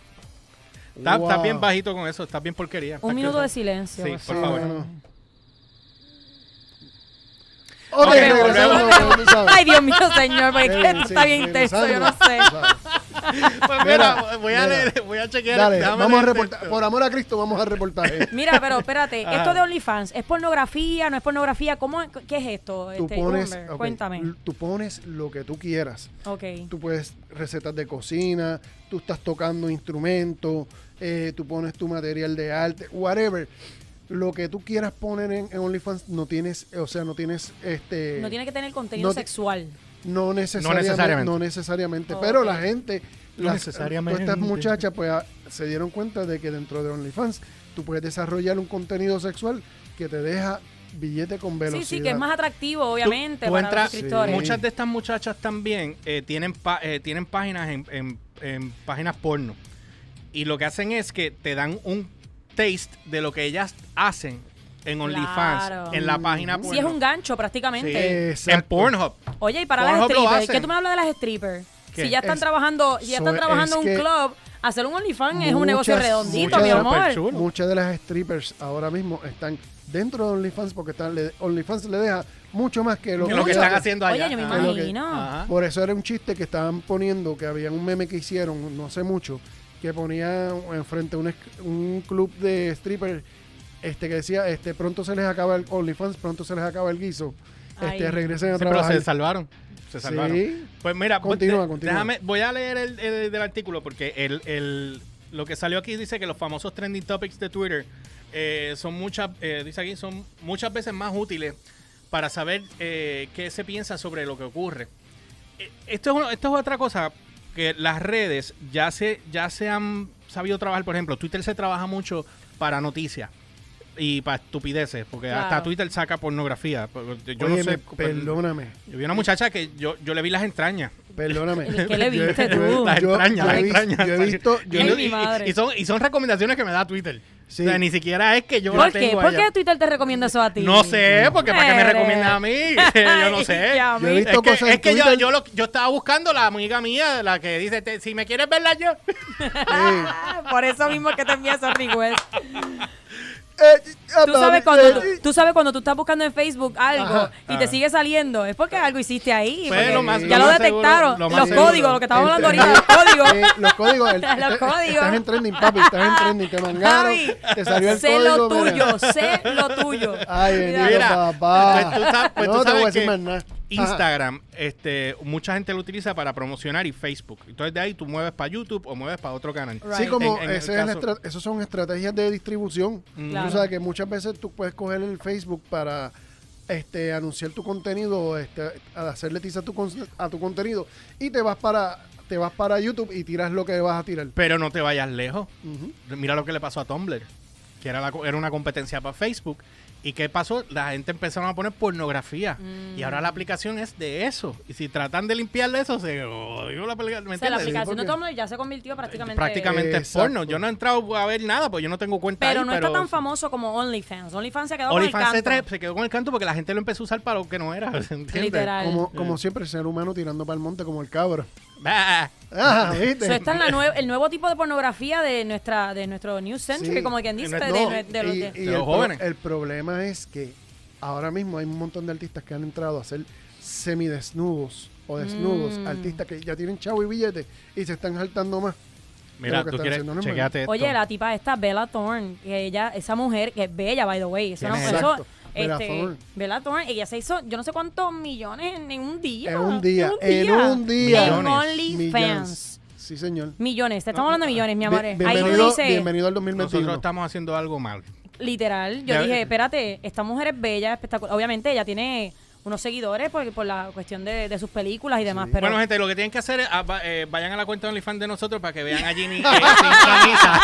Está, está
Wow.
bien bajito con eso, está bien porquería.
Un minuto de silencio.
Sí,
por
por
favor.
favor.
no, no. Ok,
Ok,
regresamos.
volvemos.
tú sabes.
[LAUGHS] Ay, Dios mío, señor, porque
Sí,
esto
sí,
está bien
sí,
intenso, yo no
regresamos,
sé.
tú sabes.
Pues mira,
Mira,
voy, a
mira.
leer, voy a chequear.
Dale,
déjame
vamos a
leer
reportar.
esto.
Por amor a Cristo, vamos a reportaje.
Mira, pero espérate,
[LAUGHS] Ajá.
esto de OnlyFans, ¿es pornografía? ¿No es pornografía? ¿Cómo, ¿Qué es esto?
Tú
este,
pones,
Humber?
ok,
Cuéntame.
l- tú pones lo que tú quieras.
Ok.
Tú puedes recetas de cocina, tú estás tocando instrumentos, eh, tú pones tu material de arte, whatever. Lo que tú quieras poner en, en OnlyFans no tienes, eh, o sea, no tienes este
No tiene que tener contenido
no ti-
sexual.
no necesariamente, no
necesariamente.
necesariamente,
Ok.
pero la gente
No
las-
necesariamente.
todas estas muchachas pues ah, se dieron cuenta de que dentro de OnlyFans tú puedes desarrollar un contenido sexual que te deja billete con velocidad.
Sí, sí, que es más atractivo,
Tú-
obviamente,
tú
para
entras-
los suscriptores.
Sí.
Muchas de estas muchachas también eh, tienen, pa- eh, tienen páginas en, en- en páginas porno. Y lo que hacen es que te dan un taste de lo que ellas hacen en OnlyFans,
Claro. Mm.
en la página
Sí,
porno.
es un gancho prácticamente.
Ah, Sí, en
Exacto.
Pornhub.
Oye, y para
Pornhub lo
las strippers,
hacen.
¿qué tú me hablas de las strippers?
¿Qué?
Si ya están
Es-
trabajando, si ya están
so,
trabajando en un
es que
club, hacer un OnlyFans es un negocio
Muchas-
redondito,
muchas-
mi amor.
Súper chulo.
Muchas de las strippers ahora mismo están dentro de OnlyFans porque están, le- OnlyFans le deja mucho más que lo,
Que lo que
muchachos.
están haciendo
Oye,
allá.
yo me
Ajá.
imagino.
Ajá.
Por eso era un chiste que estaban poniendo, que había un meme que hicieron no hace mucho, que ponía enfrente un, es- un club de strippers este, que decía, este pronto se les acaba el OnlyFans, pronto se les acaba el guiso, este
Ay.
regresen a
Sí, pero
trabajar.
se salvaron. Se salvaron.
Sí.
Pues mira, pues,
Continúa,
de-
continúa.
déjame- voy a leer el, el del artículo porque el, el- lo que salió aquí dice que los famosos trending topics de Twitter eh, son muchas, eh, dice aquí, son muchas veces más útiles para saber eh, qué se piensa sobre lo que ocurre. Eh, Esto es, uno- esto es otra cosa que las redes ya se, ya se han sabido trabajar. Por ejemplo, Twitter se trabaja mucho para noticias y para estupideces, porque hasta
Claro.
Twitter saca pornografía. Yo
Oye,
no sé.
me- perdóname,
Yo vi una muchacha que yo, yo le vi las entrañas.
[LAUGHS]
perdóname.
¿Qué le
Yo-
viste
yo-
tú?
yo-
Las
yo
entrañas, las
he vis-
entrañas.
Yo
[LAUGHS]
he visto, yo
Ay,
he-
[LAUGHS]
Y-
mi
y-
madre.
Y, son, y son recomendaciones que me da Twitter.
Sí.
O sea, ni siquiera es que yo la
¿Por qué?
tengo
¿Por
allá.
qué Twitter te recomienda eso a ti?
No sé, [LAUGHS] porque ¿para qué me
Eres.
recomienda a mí?
[LAUGHS]
[LAUGHS] yo no sé.
Ya,
Yo he
mi-
visto
Es que,
cosas en
es que yo,
Twitter.
yo, lo- yo estaba buscando la amiga mía, la que dice, "Te- si me quieres verla yo. [LAUGHS]
Sí.
Ah, Por eso mismo es que te envía esos
[LAUGHS]
requests.
Eh,
Tú sabes, cuando tú,
eh,
tú sabes cuando tú estás buscando en Facebook algo
Ajá,
y te
ajá.
sigue saliendo, es porque algo hiciste ahí.
Fue
porque
lo más-
ya
lo
lo,
más
detectaron.
seguro, lo más
los
seguro.
códigos, lo que estamos hablando
Este,
ahorita, los
[LAUGHS]
códigos.
eh, los códigos. el-
[LAUGHS] Los
este-
códigos.
Estás en trending, papi. Estás en trending. Te mangaron.
Javi,
Te salió el
sé
código.
lo tuyo,
mira.
sé lo tuyo.
Ay, bendito
Mira,
papá.
pues tú sabes- pues tú
Ah. no te voy a
sabes
decir
que-
más nada.
Y Instagram, este, mucha gente lo utiliza para promocionar y Facebook. Entonces de ahí tú mueves para YouTube o mueves para otro canal.
Right.
Sí, como
En- en el
ese es la
caso-
estra- esos son estrategias de distribución.
Claro.
Tú sabes que muchas veces tú puedes coger el Facebook para este, anunciar tu contenido, este, a- hacerle tiza a tu, con- a tu contenido y te vas para te vas para YouTube y tiras lo que vas a tirar.
Pero no te vayas lejos.
Ujú.
Mira lo que le pasó a Tumblr, que era, la co- era una competencia para Facebook. ¿Y qué pasó? La gente empezaron a poner pornografía. Y ahora
Mm.
la aplicación es de eso. Y si tratan de limpiarle eso, se jodió la pelea. ¿Me
O sea, la
entiendes?
aplicación de
porque-
Tumblr ya se convirtió prácticamente.
Prácticamente es
Exacto.
porno. Yo no he entrado a ver nada, pues yo no tengo cuenta
Pero
ahí,
no está tan famoso como OnlyFans. OnlyFans se ha quedado
OnlyFans
con
se,
el
tre-
canto.
se quedó con el canto porque la gente lo empezó a usar para lo que no era. [LAUGHS] ¿Entiendes?
Literal.
Como, como siempre, el ser humano tirando para el monte como el cabro. [LAUGHS]
Bah.
Ah,
Eso
¿viste?
está en la nue- el nuevo tipo de pornografía de nuestra de nuestro news century,
Sí.
como quien dice,
No,
de,
No,
de- de los
y-
de-
y
de los
el pro-
jóvenes.
El problema es que ahora mismo hay un montón de artistas que han entrado a ser semidesnudos o desnudos,
Mm.
artistas que ya tienen chavo y billete y se están saltando más.
Mira,
Creo que
tú
están
quieres,
haciendo normal.
chequéate esto.
Oye, la tipa esta, Bella Thorne, que ella, esa mujer, que es bella, by the way. Eso no,
¿Quién es?
eso,
Exacto, Bella
este,
Thorne.
Bella Thorne, ella se hizo yo no sé cuántos millones en, en un día.
En un día, en un día.
En
Millones.
OnlyFans.
Millones. Sí, señor.
Millones, te
Ah,
estamos hablando de millones, mi amor.
Bien-
Ahí tú
bienvenido,
dices,
bienvenido al 2021.
Nosotros estamos haciendo algo mal.
literal, yo
Ya- eh,
dije, espérate, esta mujer es bella, espectacular. Obviamente ella tiene unos seguidores por, por la cuestión de, de sus películas y demás, pero...
bueno, gente, lo que tienen que hacer es ah, va- eh, vayan a la cuenta de OnlyFans de nosotros para que vean
[LAUGHS]
a Ginny eh, sin camisa.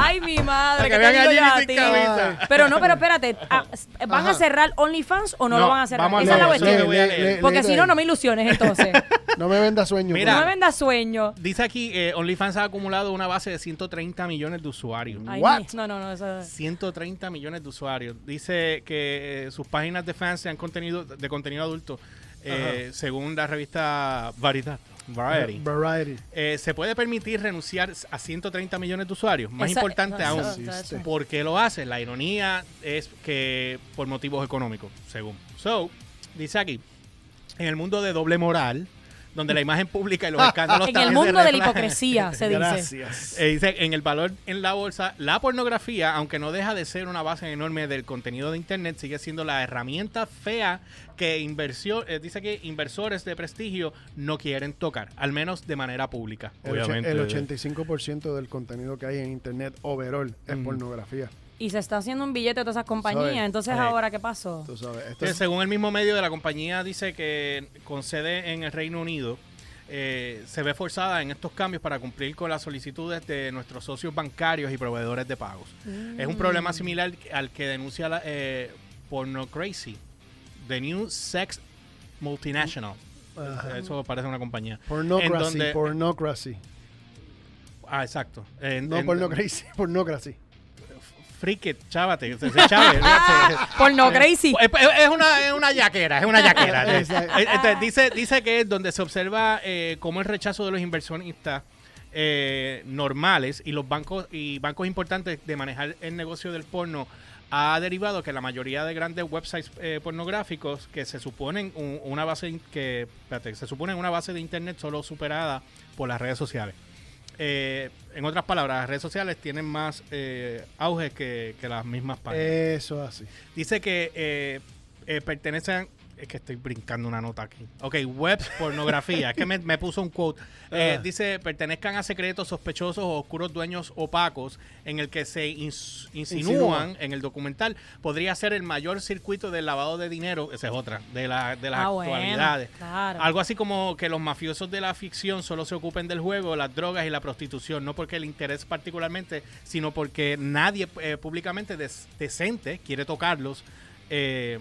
Ay, mi madre, ¿qué
Para que
te
vean a
digo yo
Ginny
a
sin
ti?
camisa.
Pero no, pero espérate,
[LAUGHS]
ah, s- ¿van a
Ajá.
cerrar OnlyFans o no,
No,
lo van a cerrar?
vamos a
Esa es la
leer,
cuestión.
leer,
Porque si no, no
me...
me ilusiones
[LAUGHS]
entonces.
No me venda sueño.
Mira.
No
por
me vendas sueño.
Dice aquí, eh, OnlyFans ha acumulado una base de 130 millones de usuarios.
Ay,
What?
No, no, no, eso
130 millones de usuarios. Dice que eh, sus páginas de fans sean contenido de contenido adulto, eh, según la revista Variedad.
favor.
Variety.
Variety.
Eh, se puede permitir renunciar a 130 millones de usuarios. Más
Esa-
importante
no,
aún,
eso-
eso- eso.
¿por qué lo hace? La ironía es que por motivos económicos, según. So, dice aquí, en el mundo de doble moral, donde
[LAUGHS]
la imagen pública y los escándalos
[LAUGHS] En el
también se
mundo de la
reflejan-
hipocresía, se dice.
Gracias.
[LAUGHS] eh, dice, en el valor en la bolsa, la pornografía, aunque no deja de ser una base enorme del contenido de Internet, sigue siendo la herramienta fea que inversión, eh, dice que inversores de prestigio no quieren tocar, al menos de manera pública.
El, och- el 85% del contenido que hay en internet overall es
Mm.
pornografía.
Y se está haciendo un billete de todas esas compañías.
Sabe.
Entonces,
Sí.
¿ahora qué pasó?
Tú sabes. Esto
Entonces,
es-
según el mismo medio de la compañía, dice que con sede en el Reino Unido, eh, se ve forzada en estos cambios para cumplir con las solicitudes de nuestros socios bancarios y proveedores de pagos. Es un
Mm.
problema similar al que denuncia la, eh, Porno Crazy, The New Sex Multinational.
Ajá.
Eso parece una compañía. En
Pornocracy,
donde-
pornocracy.
Ah, exacto. En-
No
en-
pornocracy, [LAUGHS] pornocracy.
Freak it, chávate. se- se
[LAUGHS]
chave,
Ah,
se- se- [LAUGHS]
Porno crazy.
Eh, Es, es- es una, es una yaquera, es una yaquera. Eh,
Exacto.
Entonces, dice, dice que es donde se observa eh, cómo el rechazo de los inversionistas eh, normales y los bancos y bancos importantes de manejar el negocio del porno ha derivado que la mayoría de grandes websites eh, pornográficos que se suponen un- una base in- que espérate, se suponen una base de internet solo superada por las redes sociales. Eh, en otras palabras, las redes sociales tienen más eh, auge que, que las mismas páginas.
Eso así.
Dice que eh, eh, pertenecen. Es que estoy brincando una nota aquí. Ok, webs, pornografía. es que me, me puso
[LAUGHS]
un quote. Eh,
Ah.
Dice: pertenezcan a secretos sospechosos o oscuros dueños opacos en el que se ins- insinúan
Insinúan.
en el documental. Podría ser el mayor circuito del lavado de dinero. Esa es otra, de, la, de las
Ah, bueno,
actualidades.
claro.
Algo así como que los mafiosos de la ficción solo se ocupen del juego, las drogas y la prostitución, no porque el interés particularmente, sino porque nadie eh, públicamente des- decente quiere tocarlos. Eh,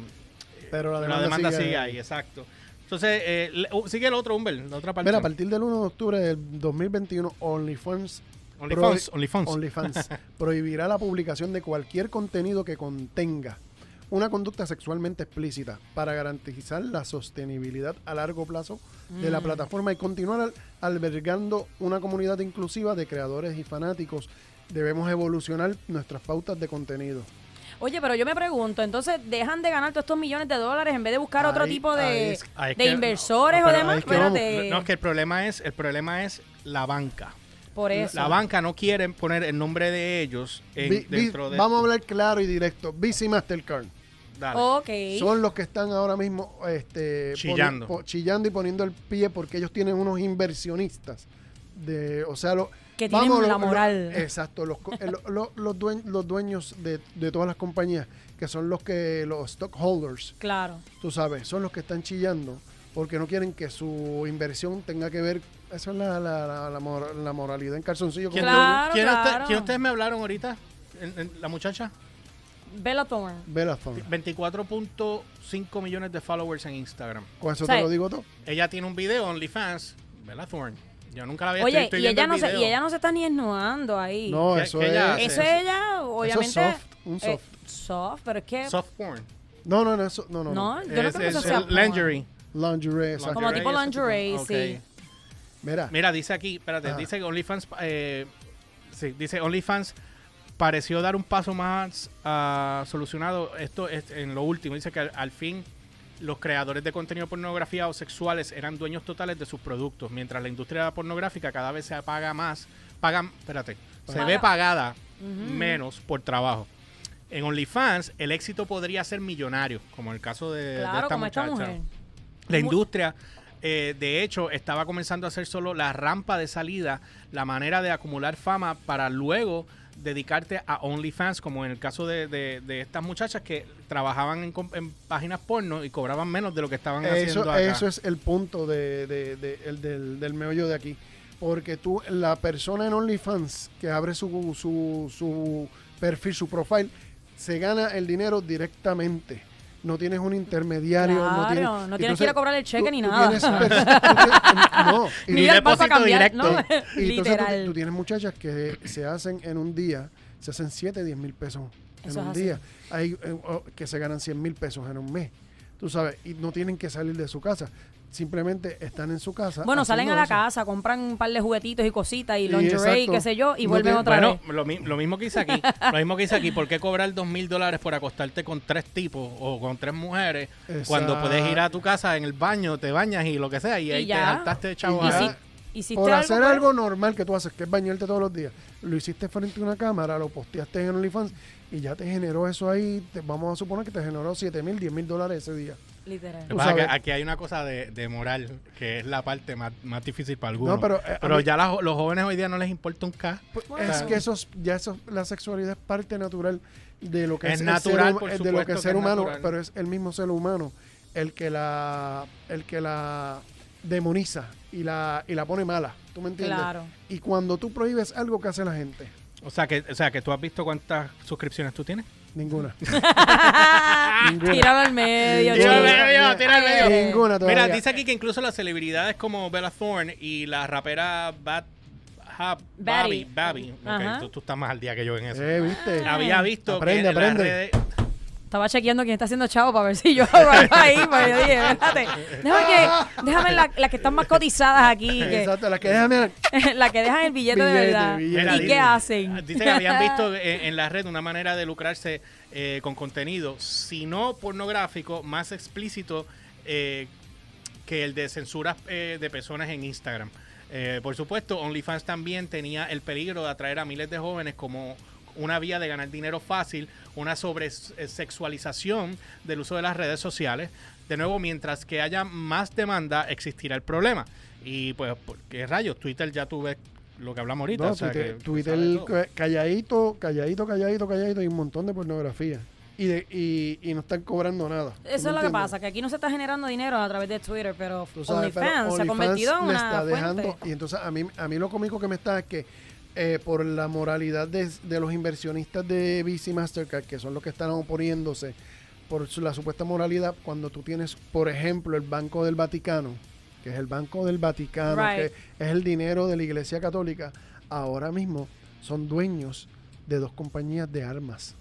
Pero la
la
demanda, sigue,
ahí, exacto. Entonces, eh, le- uh, sigue el otro, Humber, la otra parte.
Mira, a partir del 1 de octubre del 2021, OnlyFans
OnlyFans,
Pro-
OnlyFans. [LAUGHS]
OnlyFans prohibirá la publicación de cualquier contenido que contenga una conducta sexualmente explícita para garantizar la sostenibilidad a largo plazo de la
Mm.
plataforma y continuar al- albergando una comunidad inclusiva de creadores y fanáticos. Debemos evolucionar nuestras pautas de contenido.
Oye, pero yo me pregunto, entonces, ¿dejan de ganar todos estos millones de dólares en vez de buscar otro
Ahí-
tipo
ahí
de,
es-
ahí es
de
que-
inversores
no,
o
pero
demás?
ahí es que vamos.
Espérate.
No, es que el problema es, el problema es la banca.
Por eso.
La banca no quiere poner el nombre de ellos en-
Vi- vi-
dentro de.
vamos a hablar claro y directo. Visa y Mastercard.
Dale.
Ok.
son los que están ahora mismo este, poni-
Chillando.
po- chillando y poniendo el pie porque ellos tienen unos inversionistas. De, o sea, lo-
Que tienen la
lo- lo-
moral.
exacto, los, co- eh, lo- lo- los, duen- los dueños de, de todas las compañías, que son los que los stockholders,
Claro.
tú sabes, son los que están chillando porque no quieren que su inversión tenga que ver, esa es la, la- la- la mor- la moralidad en calzoncillo.
¿Quién,
como
Claro,
quién usted-
claro.
quién ustedes me hablaron ahorita? En- en- la muchacha.
Bellator.
Bellator.
24.5 millones de followers en Instagram.
Con eso
O sea,
te lo digo todo.
Ella tiene un video, OnlyFans, Bella Thorne. Yo nunca la había
Oye,
estoy- estoy
y,
viendo
ella
el
no se,
video.
y ella no se está ni esnuando ahí.
No,
¿Qué-
eso
qué
es,
ella hace?
Eso ella, obviamente.
soft, un
eh,
soft.
soft, pero es que.
Soft porn.
No, no, no, eso, no, no. no.
No, yo no creo que eso sea. porn.
lingerie.
Lingerie, exacto.
Como tipo
ese
lingerie,
tipo-
sí.
ok.
Mira,
Mira, dice aquí, espérate,
Ajá.
dice que OnlyFans, eh, sí, dice OnlyFans pareció dar un paso más ah, solucionado esto es en lo último. Dice que al, al fin los creadores de contenido de pornografía o sexuales eran dueños totales de sus productos, mientras la industria pornográfica cada vez se apaga más, pagan, espérate, se
Paga.
ve pagada
Ujú.
menos por trabajo. En OnlyFans el éxito podría ser millonario, como en el caso de, de
Claro,
esta
como esta
muchacha.
mujer.
La
Mu-
industria, eh, de hecho, estaba comenzando a ser solo la rampa de salida, la manera de acumular fama para luego dedicarte a OnlyFans, como en el caso de, de- de estas muchachas que trabajaban en, com- en páginas porno y cobraban menos de lo que estaban haciendo
eso,
acá.
eso es el punto de, de- de- el, del, del meollo de aquí. Porque tú, la persona en OnlyFans que abre su, su, su perfil, su profile, se gana el dinero directamente. No tienes un intermediario. no
Claro,
tienes,
no tienes que ir a cobrar el cheque ni nada.
tienes
[LAUGHS]
pers- tú- no, y
Ni
tú-
ir al banco a
depósito
cambiar, [LAUGHS] ¿no?
directo.
y entonces tú-
Literal.
tú, tienes muchachas que se hacen en un día, se hacen 7, 10 mil pesos en
Eso es
un
así.
día. Hay eh, o- que se ganan 100 mil pesos en un mes. Tú sabes, y no tienen que salir de su casa. Simplemente están en su casa.
Bueno, salen a
haciendo
la
eso.
casa, compran un par de juguetitos y cositas y
Y
lingerie y
exacto.
qué sé yo, y
No
vuelven
tiene-
otra
bueno,
vez.
Lo, mi- lo mismo que hice aquí, lo mismo que hice aquí, ¿por qué cobrar dos mil dólares por acostarte con tres tipos o con tres mujeres
Exacto.
cuando puedes ir a tu casa en el baño, te bañas y lo que sea y,
Y
ahí te
ya.
saltaste de chavo
Y
Ya.
ahí?
si- hiciste pues
Por hacer
por-
algo normal que tú haces, que es bañarte todos los días, lo hiciste frente a una cámara, lo posteaste en OnlyFans y ya te generó eso ahí. te- vamos a suponer que te generó 7 mil, 10 mil dólares ese día.
Literal.
Lo que
Tú
pasa es que
sabes.
aquí hay una cosa de, de moral, que es la parte más, más difícil para algunos.
No, pero, eh, a mí- Pues-
ya las jo- los jóvenes hoy día no les importa un K.
Es
[LAUGHS]
Claro.
que eso es- ya eso, la sexualidad es parte natural de lo que
Es
es, el
natural,
ser hum-
por
de lo
supuesto
que es
que
ser
es
humano,
natural.
pero es el mismo ser humano el que la el que la demoniza y la y la pone mala, ¿tú me entiendes?
Claro.
Y cuando tú prohíbes algo que hace la gente,
O sea, que, o sea, que tú has visto cuántas suscripciones tú tienes. [LAUGHS]
ninguna. Ninguna.
Tíralo al medio,
Tíralo al
chico.
medio. tira al
medio.
Ninguna todavía.
Mira, dice aquí que incluso las celebridades como Bella Thorne y la rapera Bad Hab, Babi,
Babi.
Babi. Ok,
Ajá.
tú, tú estás más al día que yo en eso.
Eh, ¿viste?
Había visto que
Aprende,
en las
aprende.
redes-
Estaba chequeando quién está haciendo chavo para ver si yo hago algo ahí. Pero yo dije, espérate, déjame, que, déjame la- las que están más cotizadas aquí. Que,
Exacto, la que deja, mira,
[LAUGHS] las que dejan el billete, de
Billete,
verdad.
billete.
Mira,
¿Y
dice-
qué hacen?
Dice que
[LAUGHS]
habían visto en, en la red una manera de lucrarse eh, con contenido, si no pornográfico, más explícito eh, que el de censuras eh, de personas en Instagram. Eh, por supuesto, OnlyFans también tenía el peligro de atraer a miles de jóvenes como una vía de ganar dinero fácil, una sobresexualización del uso de las redes sociales. De nuevo, mientras que haya más demanda, existirá el problema. Y pues, ¿por ¿qué rayos? Twitter ya tuve lo que hablamos ahorita.
no,
o sea,
Twitter,
que-
Twitter
que sabe todo.
ca- calladito, calladito, calladito, calladito y un montón de pornografía. Y, de- y, y no están cobrando nada. ¿tú me
Eso es lo que
entiendes?
pasa, que aquí no se está generando dinero a través de Twitter, pero
Tú sabes,
OnlyFans
pero
se ha
OnlyFans
convertido en
le
una
está dejando-
fuente.
Y entonces a mí, a mí lo cómico que me está es que eh, por la moralidad de, de los inversionistas de Visa y Mastercard, que son los que están oponiéndose, por su- la supuesta moralidad, cuando tú tienes, por ejemplo, el Banco del Vaticano, que es el Banco del Vaticano,
Right.
que es el dinero de la Iglesia Católica, ahora mismo son dueños de dos compañías de armas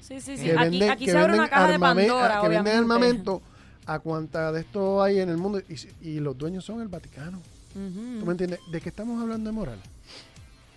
Sí, sí, sí.
que
Aquí,
venden,
aquí
que
se abre una
venden
caja de
armame-
Pandora,
a- que venden
obviamente.
armamento a cuanta de esto hay en el mundo y, si- y los dueños son el Vaticano.
Ujú.
¿Tú me entiendes? ¿De qué estamos hablando de moral?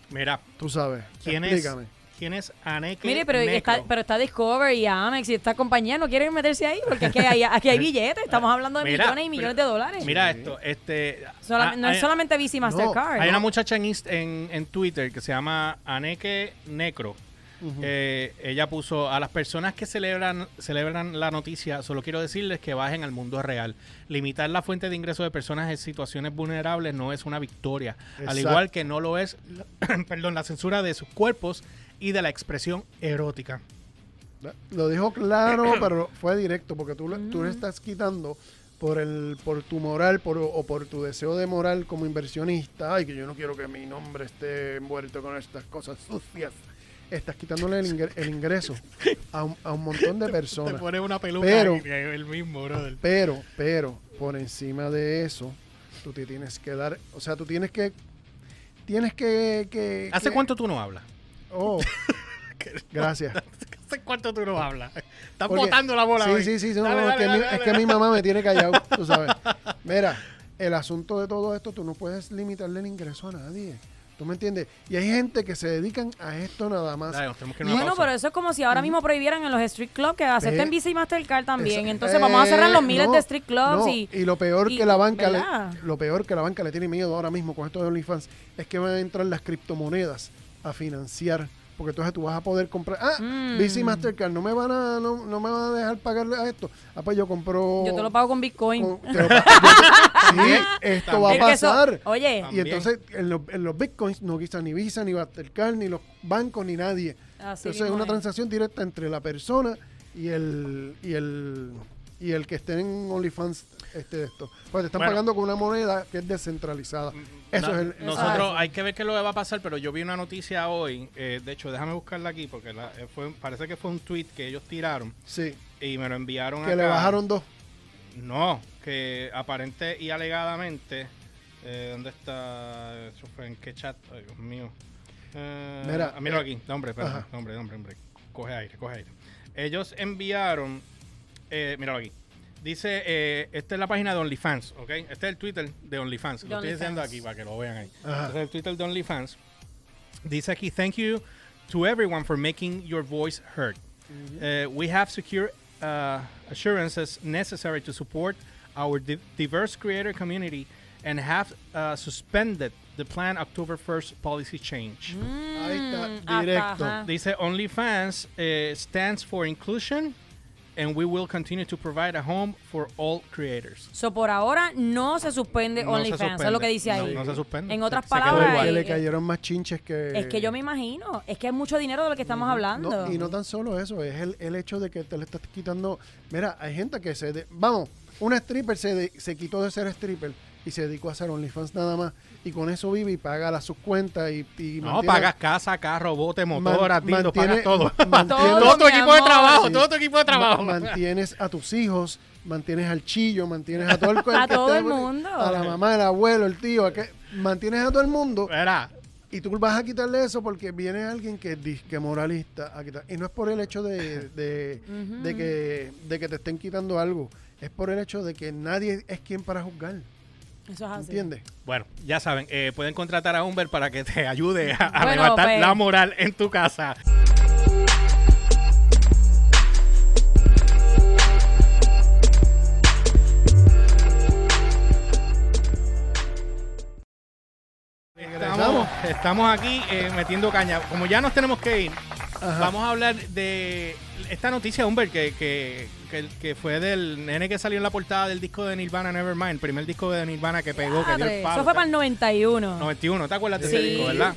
Mira,
Tú sabes.
¿quién
Explícame.
es, ¿quién es Aneke
Mire, pero
Necro?
está, pero está Discover y Amex y esta compañía no quieren meterse ahí porque es que hay, aquí
[LAUGHS]
hay billetes, estamos hablando de
Mira,
millones y millones
pero-
de dólares.
Mira esto, este...
Solam-
ah,
no es
hay-
solamente Visa y Mastercard.
Hay una muchacha en, Inst- en, en Twitter que se llama Aneke Necro
Ujú.
Eh, ella puso a las personas que celebran, celebran la noticia, solo quiero decirles que bajen al mundo real. Limitar la fuente de ingreso de personas en situaciones vulnerables no es una victoria, al
Exacto.
igual que no lo es perdón, la [CLEARS THROAT] censura de sus cuerpos y de la expresión erótica.
Lo
[CLEARS THROAT]
dijo claro, pero fue directo, porque tú, le- tú
Mm.
le estás quitando por el por tu moral por, o por tu deseo de moral como inversionista, ay, que yo no quiero que mi nombre esté envuelto con estas cosas sucias. Estás quitándole el, ingre- el ingreso a un, a un montón
[LAUGHS]
de
Te
personas.
pone una peluca
Pero-
y te- el mismo, brother.
Pero, pero, por encima de eso, tú te tienes que dar, o sea, tú tienes que... Tienes que... que-
¿Hace
que-
cuánto tú no hablas? [LAUGHS]
Oh, gracias.
¿Hace cuánto tú no hablas? Estás
Porque-
botando la bola.
Sí,
hoy.
sí, sí. sí, no,
Dale,
no, es,
dale,
que mi,
dale,
es
dale,
que mi
dale.
mamá me
[LAUGHS]
tiene callado, tú sabes. Mira, el asunto de todo esto, tú no puedes limitarle el ingreso a nadie. ¿Tú me entiendes? Y hay gente que se dedican a esto nada más.
Dale, nos tenemos que ir a una
Bueno,
pausa.
pero eso es como si ahora mismo prohibieran en los street clubs que acepten
Ve-
Visa y Mastercard también.
Eh, Esa-
Entonces vamos a cerrar los
Eh,
miles
no,
de street clubs
no,
y,
lo peor
y-
que la banca le,
¿verdad?
lo peor que la banca le tiene miedo ahora mismo con esto de OnlyFans es que van a entrar las criptomonedas a financiar porque entonces tú vas a poder comprar ah
Mm.
Visa y Mastercard no me van a no, no me van a dejar pagarle a esto ah pues yo compro
yo te lo pago con Bitcoin.
Con- te
[LAUGHS]
lo pa- yo te- sí, esto va a
Es que eso-
pasar.
oye,
Ah,
Y
También.
entonces en los, en los bitcoins no quita ni Visa, ni Mastercard, ni los bancos, ni nadie.
Así
entonces es
mismo
una
es.
transacción directa entre la persona y el y el y el que esté en OnlyFans este de esto. Porque te están
Bueno. Mm-hmm.
pagando con una moneda que es descentralizada. Eso
No-
es el
nosotros
Exacto.
hay que ver qué es lo que va a pasar, pero yo vi una noticia hoy, eh, de hecho déjame buscarla aquí porque la- eh, fue- parece que fue un tweet que ellos tiraron
sí,
y me lo enviaron
que le
acá.
bajaron dos.
No, que aparente y alegadamente eh, ¿dónde está? Eso fue en qué chat. Ay, Dios mío. Eh,
Mira,
ah, míralo
eh,
aquí. No, hombre, espérate.
ajá.
No, hombre, no, hombre, hombre. Coge aire, coge aire. Ellos enviaron eh, míralo aquí. Dice, eh, esta es la página de OnlyFans, ¿ok? Este es el Twitter de OnlyFans.
De
Lo estoy diciendo
OnlyFans.
aquí para que lo vean ahí.
Ajá.
Entonces, el Twitter de OnlyFans dice aquí, thank you to everyone for making your voice heard. Uh, we have secure uh, assurances necessary to support our di- diverse creator community and have uh, suspended the planned October 1st policy change.
Mm.
Ahí está,
ajá.
directo.
Dice OnlyFans uh, stands for inclusion and we will continue to provide a home for all creators.
So, por ahora no se suspende
No se
OnlyFans, es lo
suspende.
que dice
No,
ahí.
no se suspende.
En otras
Se- se quedó
palabras, eh,
igual.
Que le
eh,
cayeron más chinches que
es que yo me imagino, es que es mucho dinero de lo que estamos hablando.
No, y no tan solo eso, es el, el hecho de que te le estás quitando. Mira, hay gente que se. de- vamos, una stripper se, de- se quitó de ser stripper y se dedicó a hacer OnlyFans nada más. Y con eso vive y paga las sus cuentas y. y
No,
mantiene-
pagas casa, carro, bote,
man-
motora, dildo, pagas
mantiene-
todo.
[LAUGHS] mantiene-
todo tu
mi
equipo de
amor.
trabajo,
Sí.
todo tu equipo de trabajo.
ma- mantienes a tus hijos, mantienes al chillo, mantienes a
[LAUGHS]
todo el,
A
que
todo
esté-
el mundo.
A la mamá, el abuelo, el tío, a que- mantienes a todo el mundo.
Mira,
Y tú vas a quitarle eso porque viene alguien que es disque moralista a quitar. Y no es por el hecho de, de,
Ujú.
de que, de que te estén quitando algo. Es por el hecho de que nadie es quien para juzgar.
Eso es así.
¿Entiendes?
Bueno, ya saben, eh, pueden contratar a Humber para que te ayude a, a
Bueno,
levantar
pues.
la moral en tu casa. Estamos, estamos aquí eh, metiendo caña. Como ya nos tenemos que ir,
Ajá.
vamos a hablar de esta noticia, Humber, que, que, que, que fue del nene que salió en la portada del disco de Nirvana, Nevermind, el primer disco de Nirvana que pegó, que dio el
Madre,
palo.
Eso fue para el 91.
91, ¿te acuerdas de ese
Sí.
disco, verdad?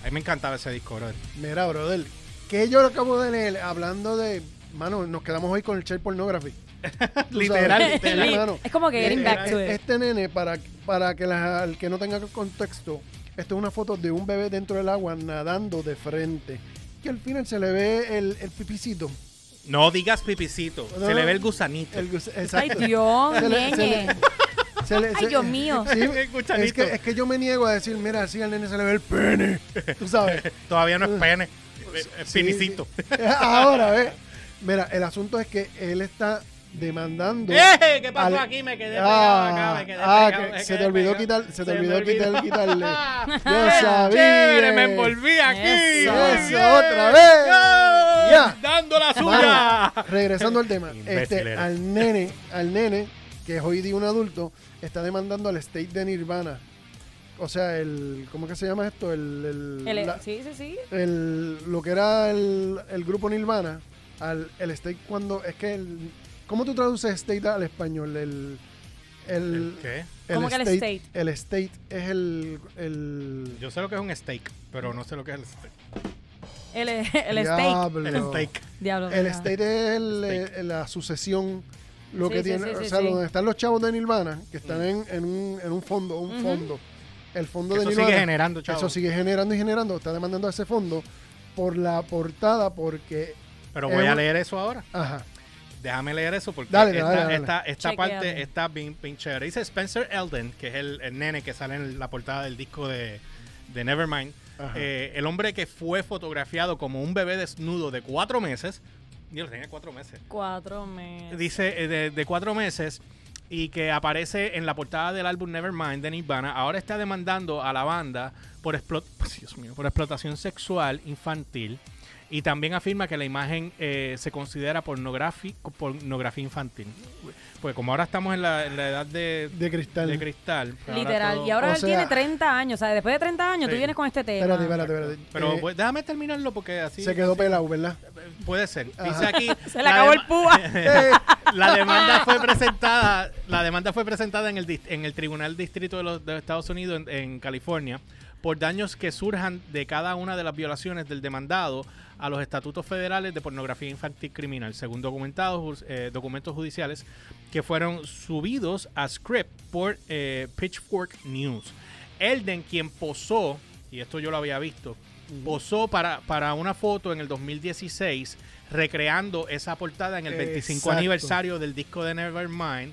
A mí me encantaba ese disco, brother.
Mira, brother, que yo lo acabo de leer hablando de. Mano, nos quedamos hoy con el child pornography. Tú
Literal,
sabes,
[LAUGHS]
literal.
mano.
Es como que getting back to
Eh,
it.
Este nene, para, para que la- el que no tenga contexto, esta es una foto de un bebé dentro del agua nadando de frente. Que al final se le ve el, el pipicito.
No digas pipicito,
No,
se le
no.
ve el gusanito.
El gus-
Ay,
exacto.
Dios,
Se le- se
nene.
Se le-
Ay,
se-
Dios mío.
Sí,
El gusanito.
es, que, es que yo me niego a decir, mira, así al nene se le ve el pene. Tú sabes.
Todavía no es pene, es- es
Uh. Sí,
pinicito.
sí. [LAUGHS] Ahora, ve. Mira, el asunto es que él está demandando.
¡Eh! ¿Qué pasó
al-
aquí? Me quedé pegado acá,
Ah,
me quedé
ah,
pegado,
que
me
se te
quedé
olvidó
pegado.
quitar, se te
me
olvidó
[LAUGHS]
quitar, quitarle. Yo
Bien,
sabía.
chévere, me envolví aquí.
Eso,
Muy
eso,
bien.
otra vez.
Yo,
Ya.
Dando la suya.
Vamos, regresando al tema,
Imbécil
este,
eres.
al nene, al nene, que es hoy día un adulto, está demandando al state de Nirvana o sea, el, ¿cómo es que se llama esto? El, el-
El-
la-
sí, sí, sí.
el- lo que era el, el grupo Nirvana, al, el state cuando, es que el, ¿cómo tú traduces state al español? El, el,
¿El qué?
¿Cómo que el state?
El state es el, el
Yo sé lo que es un steak, pero no sé lo que es el steak.
El, el steak.
Diablo.
El steak.
Diablo.
El
¿verdad?
state es el-
Steak.
eh, la sucesión, lo
Sí,
que
sí,
tiene,
sí,
o
sí,
sea,
sí.
donde están los chavos de Nirvana, que
Mm.
están en, en un, en un fondo, un
Ujú.
fondo. El fondo de
Eso
Nirvana.
sigue generando, chavo.
Eso sigue generando y generando, está demandando a ese fondo por la portada, porque,
Pero voy a
Eh,
leer eso ahora.
ajá,
Déjame leer eso porque
Dale,
esta,
dale, dale.
esta- esta
Chequeame.
parte está bien, bien chévere. Dice Spencer Elden, que es el, el nene que sale en la portada del disco de, de Nevermind.
Ajá.
eh, el hombre que fue fotografiado como un bebé desnudo de cuatro meses. Dios, tenía cuatro meses.
Cuatro meses.
Dice eh, de, de cuatro meses y que aparece en la portada del álbum Nevermind de Nirvana. Ahora está demandando a la banda por, explot- pues, Dios mío, por explotación sexual infantil y también afirma que la imagen eh, se considera pornografía, pornografía infantil. Pues como ahora estamos en la, en la edad de,
de cristal.
de cristal. pues ahora
Literal.
todo-
Y ahora
O
él
sea-
tiene 30 años. O sea, después de 30 años
Sí.
tú vienes con este tema.
Espérate, espérate, espérate.
Pero
Eh,
pues, déjame terminarlo porque así...
se quedó
así-
pelado,
[LAUGHS]
¿verdad?
Puede ser. Dice
Ajá.
aquí...
[LAUGHS] Se le
la
acabó el
dema-
[LAUGHS]
púa.
La demanda fue presentada, la demanda fue presentada en el dist- en el Tribunal Distrito de los de Estados Unidos en, en California por daños que surjan de cada una de las violaciones del demandado a los estatutos federales de pornografía infantil criminal, según documentados eh, documentos judiciales que fueron subidos a script por eh, Pitchfork News. Elden, quien posó, y esto yo lo había visto, posó para, para una foto en el 2016 recreando esa portada en el 25
Exacto.
aniversario del disco de Nevermind.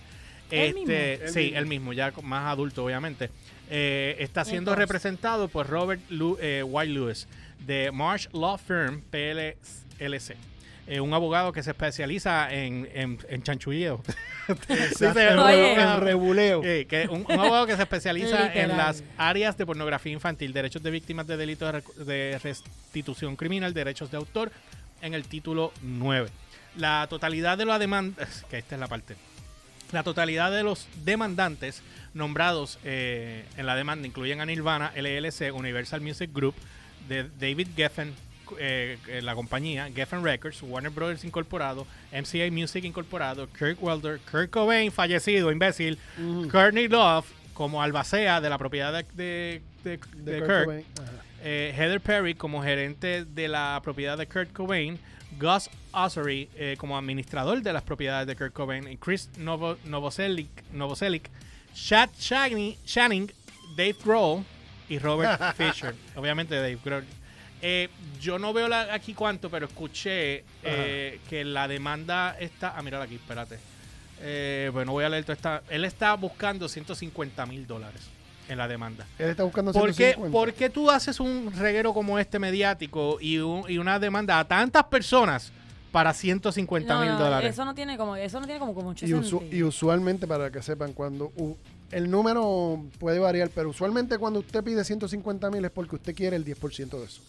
¿Él
Este,
mismo?
Él
sí,
mismo.
el mismo, ya co- más adulto, obviamente. Eh, está siendo
Entonces.
representado por Robert Lu- eh, White Lewis de Marsh Law Firm PLC. eh, un abogado que se especializa en, en, en chanchulleo. Dice,
El
Oye. ah,
rebu- el rebuleo.
eh, que un, un abogado que se especializa en
Literal.
las áreas de pornografía infantil, derechos de víctimas de delitos de recu- de restitución criminal, derechos de autor, en el título 9. La totalidad de la demanda, [LAUGHS] que esta es la parte, la totalidad de los demandantes nombrados eh, en la demanda incluyen a Nirvana, LLC, Universal Music Group, de David Geffen, eh, eh, la compañía, Geffen Records, Warner Brothers Incorporado, MCA Music Incorporado, Kirk Welder, Kirk Cobain, fallecido, imbécil,
Ujú.
Courtney Love, como albacea de la propiedad de, de- de-
De
de
Kurt
Kirk,
Cobain. Ajá.
eh, Heather Perry como gerente de la propiedad de Kurt Cobain, Gus Ossery eh, como administrador de las propiedades de Kurt Cobain, y Chris Novo, Novoselic, Novoselic, Chad Shani- Channing, Dave Grohl y Robert Fisher. Obviamente Dave Grohl. Eh, yo no veo la- aquí cuánto, pero escuché eh, que la demanda está... Ah, mírala aquí, espérate. Eh, bueno, voy a leer toda esta... Él está buscando 150 mil dólares en la demanda.
Él está buscando
¿Por qué,
150.
por qué tú haces un reguero como este mediático y, un- y una demanda a tantas personas para 150
No,
mil
no,
dólares?
Eso no tiene como, eso no tiene como, como mucho
Y, usu-
sentido.
y usualmente, para que sepan, cuando u- el número puede variar, pero usualmente cuando usted pide 150 mil es porque usted quiere el 10% de eso.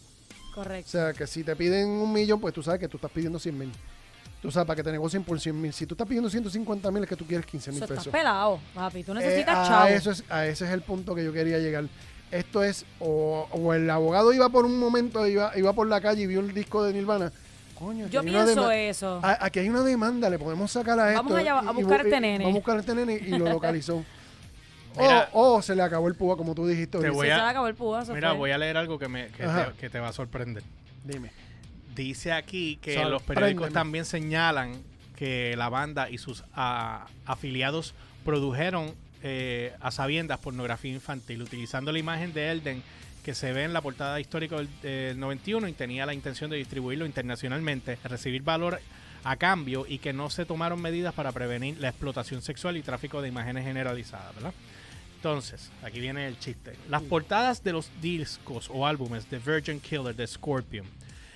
O
Correcto.
sea, que si te piden un millón, pues tú sabes que tú estás pidiendo 100 mil. Tú sabes, para que te negocien por 100 mil. Si tú estás pidiendo 150 mil, es que tú quieres 15 mil
Eso estás
pesos.
pelado, papi. Tú necesitas
Eh,
chavo.
a, eso es, a ese es el punto que yo quería llegar. Esto es, o, o el abogado iba por un momento, iba, iba por la calle y vio el disco de Nirvana. Coño, aquí
Yo
hay una
pienso
dema-
eso.
a- Aquí hay una demanda, le podemos sacar a esto.
Vamos allá, a
y- y-
buscar a este
y-
nene.
Vamos a buscar a este nene y
[LAUGHS]
lo localizó.
[LAUGHS] Mira.
o, o se le acabó el púa, como tú dijiste.
Te
Ulises.
voy
se
a-
te acabó el púa, oh, eso
Mira,
fue.
voy a leer algo que, me, que,
Ajá.
te, que te va a sorprender.
Dime.
Dice aquí que
Sorpréndeme.
los periódicos también señalan que la banda y sus ah, afiliados produjeron eh, a sabiendas pornografía infantil utilizando la imagen de Elden que se ve en la portada histórica del, del 91 y tenía la intención de distribuirlo internacionalmente, recibir valor a cambio y que no se tomaron medidas para prevenir la explotación sexual y tráfico de imágenes generalizadas, ¿verdad? Entonces, aquí viene el chiste. Las portadas de los discos o álbumes de Virgin Killer de Scorpion,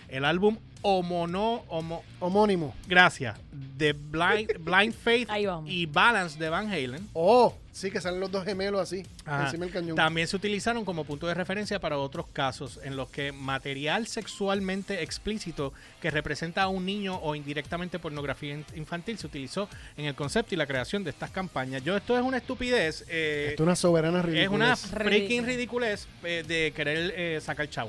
el álbum Homono, Homo,
Homónimo.
[LAUGHS]
gracias, de Blind, Blind Faith
Ahí vamos.
y Balance de Van Halen,
Oh, Sí, que salen los dos gemelos así,
Ajá.
Ah, encima del cañón.
Ah, También se utilizaron como punto de referencia para otros casos en los que material sexualmente explícito que representa a un niño o indirectamente pornografía in- infantil se utilizó en el concepto y la creación de estas campañas. Yo, esto es una estupidez. eh,
Esto es una soberana
es
ridícula.
una
Es
freaking ridiculez eh, de querer eh, sacar chau.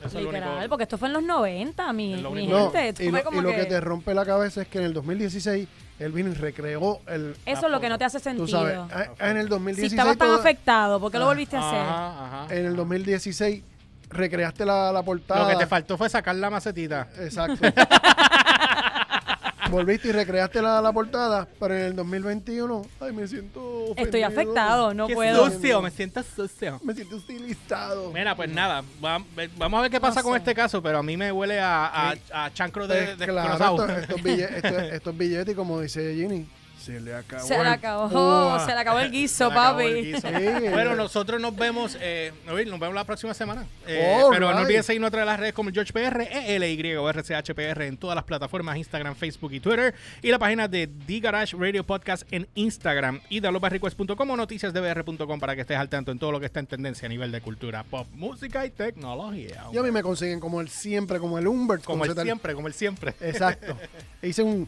Eso es lo
Literal,
único.
porque esto fue en los 90, mi,
Es lo
mi
único.
No,
gente. Esto
y,
fue
lo,
como
y lo que...
que-
te rompe la cabeza es que en el 2016 Elvin recreó el.
eso es lo que no te hace
Tú
sentido.
sabes,
Ah,
a- en el
si
2016.
estabas tan
todo-
afectado, ¿por qué lo
Ah,
volviste a hacer?
Ajá, ajá.
En el 2016 recreaste la, la portada.
Lo que te faltó fue sacar la macetita.
Exacto.
[LAUGHS]
Volviste y recreaste la, la portada, pero en el 2021, ay, me siento.
Estoy
ofendido.
afectado, no
Qué
puedo.
sucio, me siento sucio.
Me siento utilizado.
Mira, pues nada, va- ve- vamos a ver qué pasa
No
con
sé.
este caso, pero a mí me huele a, a, a chancro de,
Eh,
de
claro,
desconozado.
estos, estos billetes, estos,
[LAUGHS]
estos billetes, como dice Ginny, se le acabó.
Se le
el-
acabó,
Ua.
se le acabó el guiso,
Se le acabó
papi.
el guiso.
Sí.
Bueno, nosotros nos vemos, eh, Noel, nos vemos la próxima semana. Eh,
All
pero no
right.
olviden seguirnos a través de las redes como George PR, ELY o RCHPR en todas las plataformas, Instagram, Facebook y Twitter. Y la página de The Garage Radio Podcast en Instagram y dalosbarricues.com o noticiasdbr.com para que estés al tanto en todo lo que está en tendencia a nivel de cultura, pop, música y tecnología.
Y a mí me consiguen como el siempre, como el Humbert.
Como el
se tal-
siempre, como el siempre.
Eh, Exacto. E Hice un.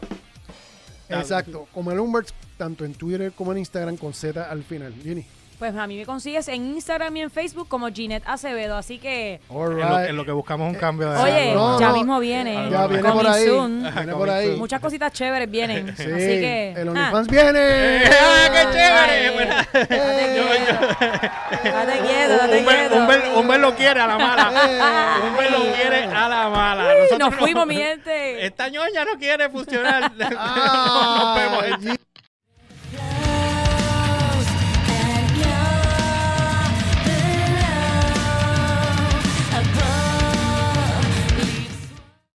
Exacto. Como el Humbert, tanto en Twitter como en Instagram, con Z al final. Ginny.
Pues a mí me consigues en Instagram y en Facebook como Ginette Acevedo, así que...
All
En lo, en lo que buscamos
Eh,
un cambio de
Oye,
Ah, no,
ya
no.
mismo viene.
Ya viene por
Eh, Coming
ahí.
soon.
Viene
Coming
por ahí.
soon.
Muchas cositas chéveres vienen.
Sí,
Así que...
el
ah.
[LAUGHS]
OnlyFans viene.
¡Ah, qué chévere!
Ay,
Bueno,
Date quieto. Date quieto, date
Humber,
quieto.
Humber- Humber lo quiere a la mala.
Eh.
Humber lo quiere a la mala.
Uy,
Nosotros
nos
no-
fuimos, mi gente.
Esta ñoña no quiere funcionar.
Ah,
nos vemos.
Ginny.